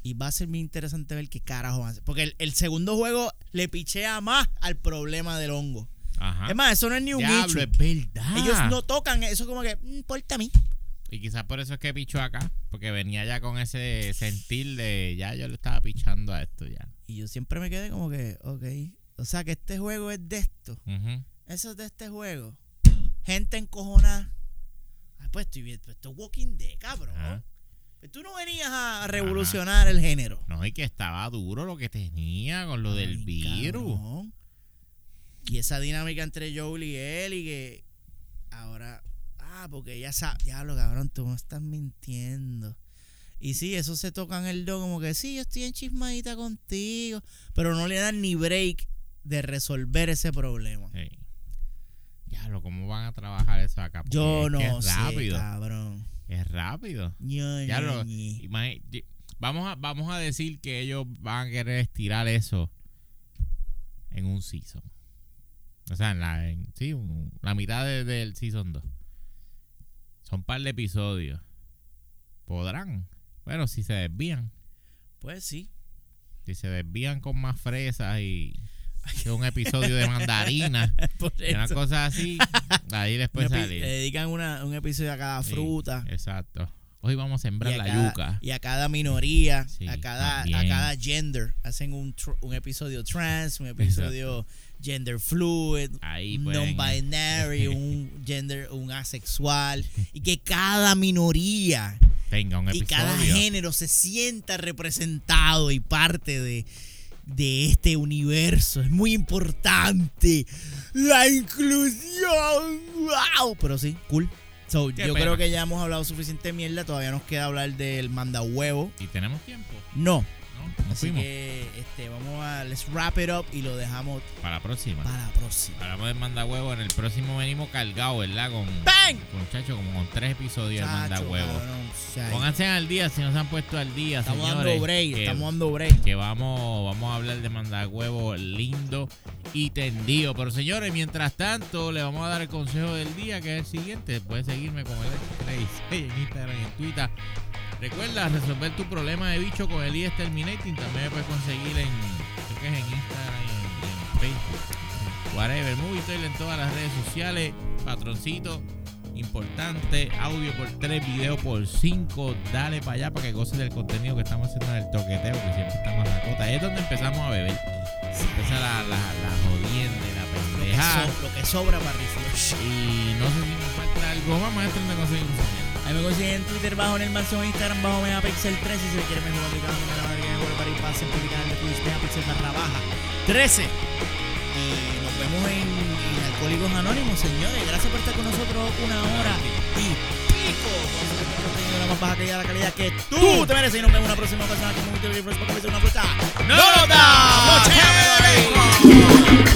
Y va a ser muy interesante ver qué carajo van a hacer. Porque el, el segundo juego le pichea más al problema del hongo. Ajá. Es más, eso no es ni un Diablo, issue. es verdad. Ellos no tocan eso como que, "Mm, importa a mí. Y quizás por eso es que pichó acá. Porque venía ya con ese sentir de ya yo le estaba pichando a esto ya. Y yo siempre me quedé como que, ok. O sea, que este juego es de esto. Ujú. Eso es de este juego. Gente encojonada. Ah, pues estoy bien. Pues esto es Walking Dead, cabrón. Ajá. Pues tú no venías a revolucionar el género. No, y que estaba duro lo que tenía con lo del Ay, virus. cabrón. Y esa dinámica entre Joel y él y que ahora, ah, porque ella sabe, diablo cabrón, tú me estás mintiendo. Y sí, eso se toca en el do como que sí, yo estoy enchismadita contigo, pero no le dan ni break de resolver ese problema. Sí. Diablo, ¿cómo van a trabajar eso acá? Porque Yo es que no es sé, rápido. cabrón. Es rápido. Ño, Ya ño, lo- ñi. imagi- di- vamos, a, vamos a decir que ellos van a querer estirar eso en un season. O sea, en la, en- sí, un- la mitad de- del season 2. Son par de episodios. Podrán. Bueno, si se desvían. Pues sí. Si se desvían con más fresas y que un episodio de mandarina. Por y una eso. cosa así. Ahí Un después epi- salir. le dedican una- un episodio a cada Sí, fruta. exacto. Hoy vamos a sembrar a la cada- yuca. y a cada minoría, Sí, a, cada, a también. cada gender. Hacen un, tr- un episodio trans, un episodio gender fluid, Ahí un pueden- non-binary, un gender, un asexual. Y que cada minoría Tenga un y episodio. cada género se sienta representado y parte de, de este universo. Es muy importante la inclusión. ¡Wow! Pero sí, cool. So, Qué yo pena. creo que ya hemos hablado suficiente mierda. Todavía nos queda hablar del mandahuevo. Y tenemos tiempo, No. ¿no? Nos Así fuimos. que este, vamos a let's wrap it up y lo dejamos Para la próxima. para la próxima. Hablamos de Mandahuevo. En el próximo venimos cargados, ¿verdad? Con, ¡Bang! con muchachos, como con tres episodios de Chacho, Mandahuevo. cabrón, o sea, Pónganse al día si no se han puesto al día, estamos señores. dando break, que, estamos dando break. que vamos, vamos a hablar de Mandahuevo lindo y tendido. Pero señores, mientras tanto, le vamos a dar el consejo del día, que es el siguiente. Puedes seguirme como el 36 en Instagram y en Twitter. Recuerda resolver tu problema de bicho con el IES Terminating. También me puedes conseguir en, creo que es en Instagram y en, en Facebook. Whatever, Movie Toilet en todas las redes sociales. Patroncito, importante. Audio por 3, video por 5. Dale para allá para que goces del contenido que estamos haciendo del toqueteo, que siempre estamos en la cota. Ahí es donde empezamos a beber. Empieza la, la, la jodienda y la Lo que, pendejada. so- lo que sobra para refresh. Y no sé si me falta algo más, maestro, me conseguimos. Ahí me consiguen en Twitter bajo en el máximo Instagram bajo Megapixel 3 y si me quieren mejor aplicado me la madre que me vuelve para ir pasen por mi canal de Twitch Megapixel barra baja 13 y nos vemos en, en Alcohólicos Anónimos señores gracias por estar con nosotros una hora y pico Vamos a tener contenido de la más baja calidad la calidad que tú te mereces y nos vemos en una próxima ocasión aquí en Multiview Fresh porque me una fruta ¡No, no, no! ¡Muchas gracias!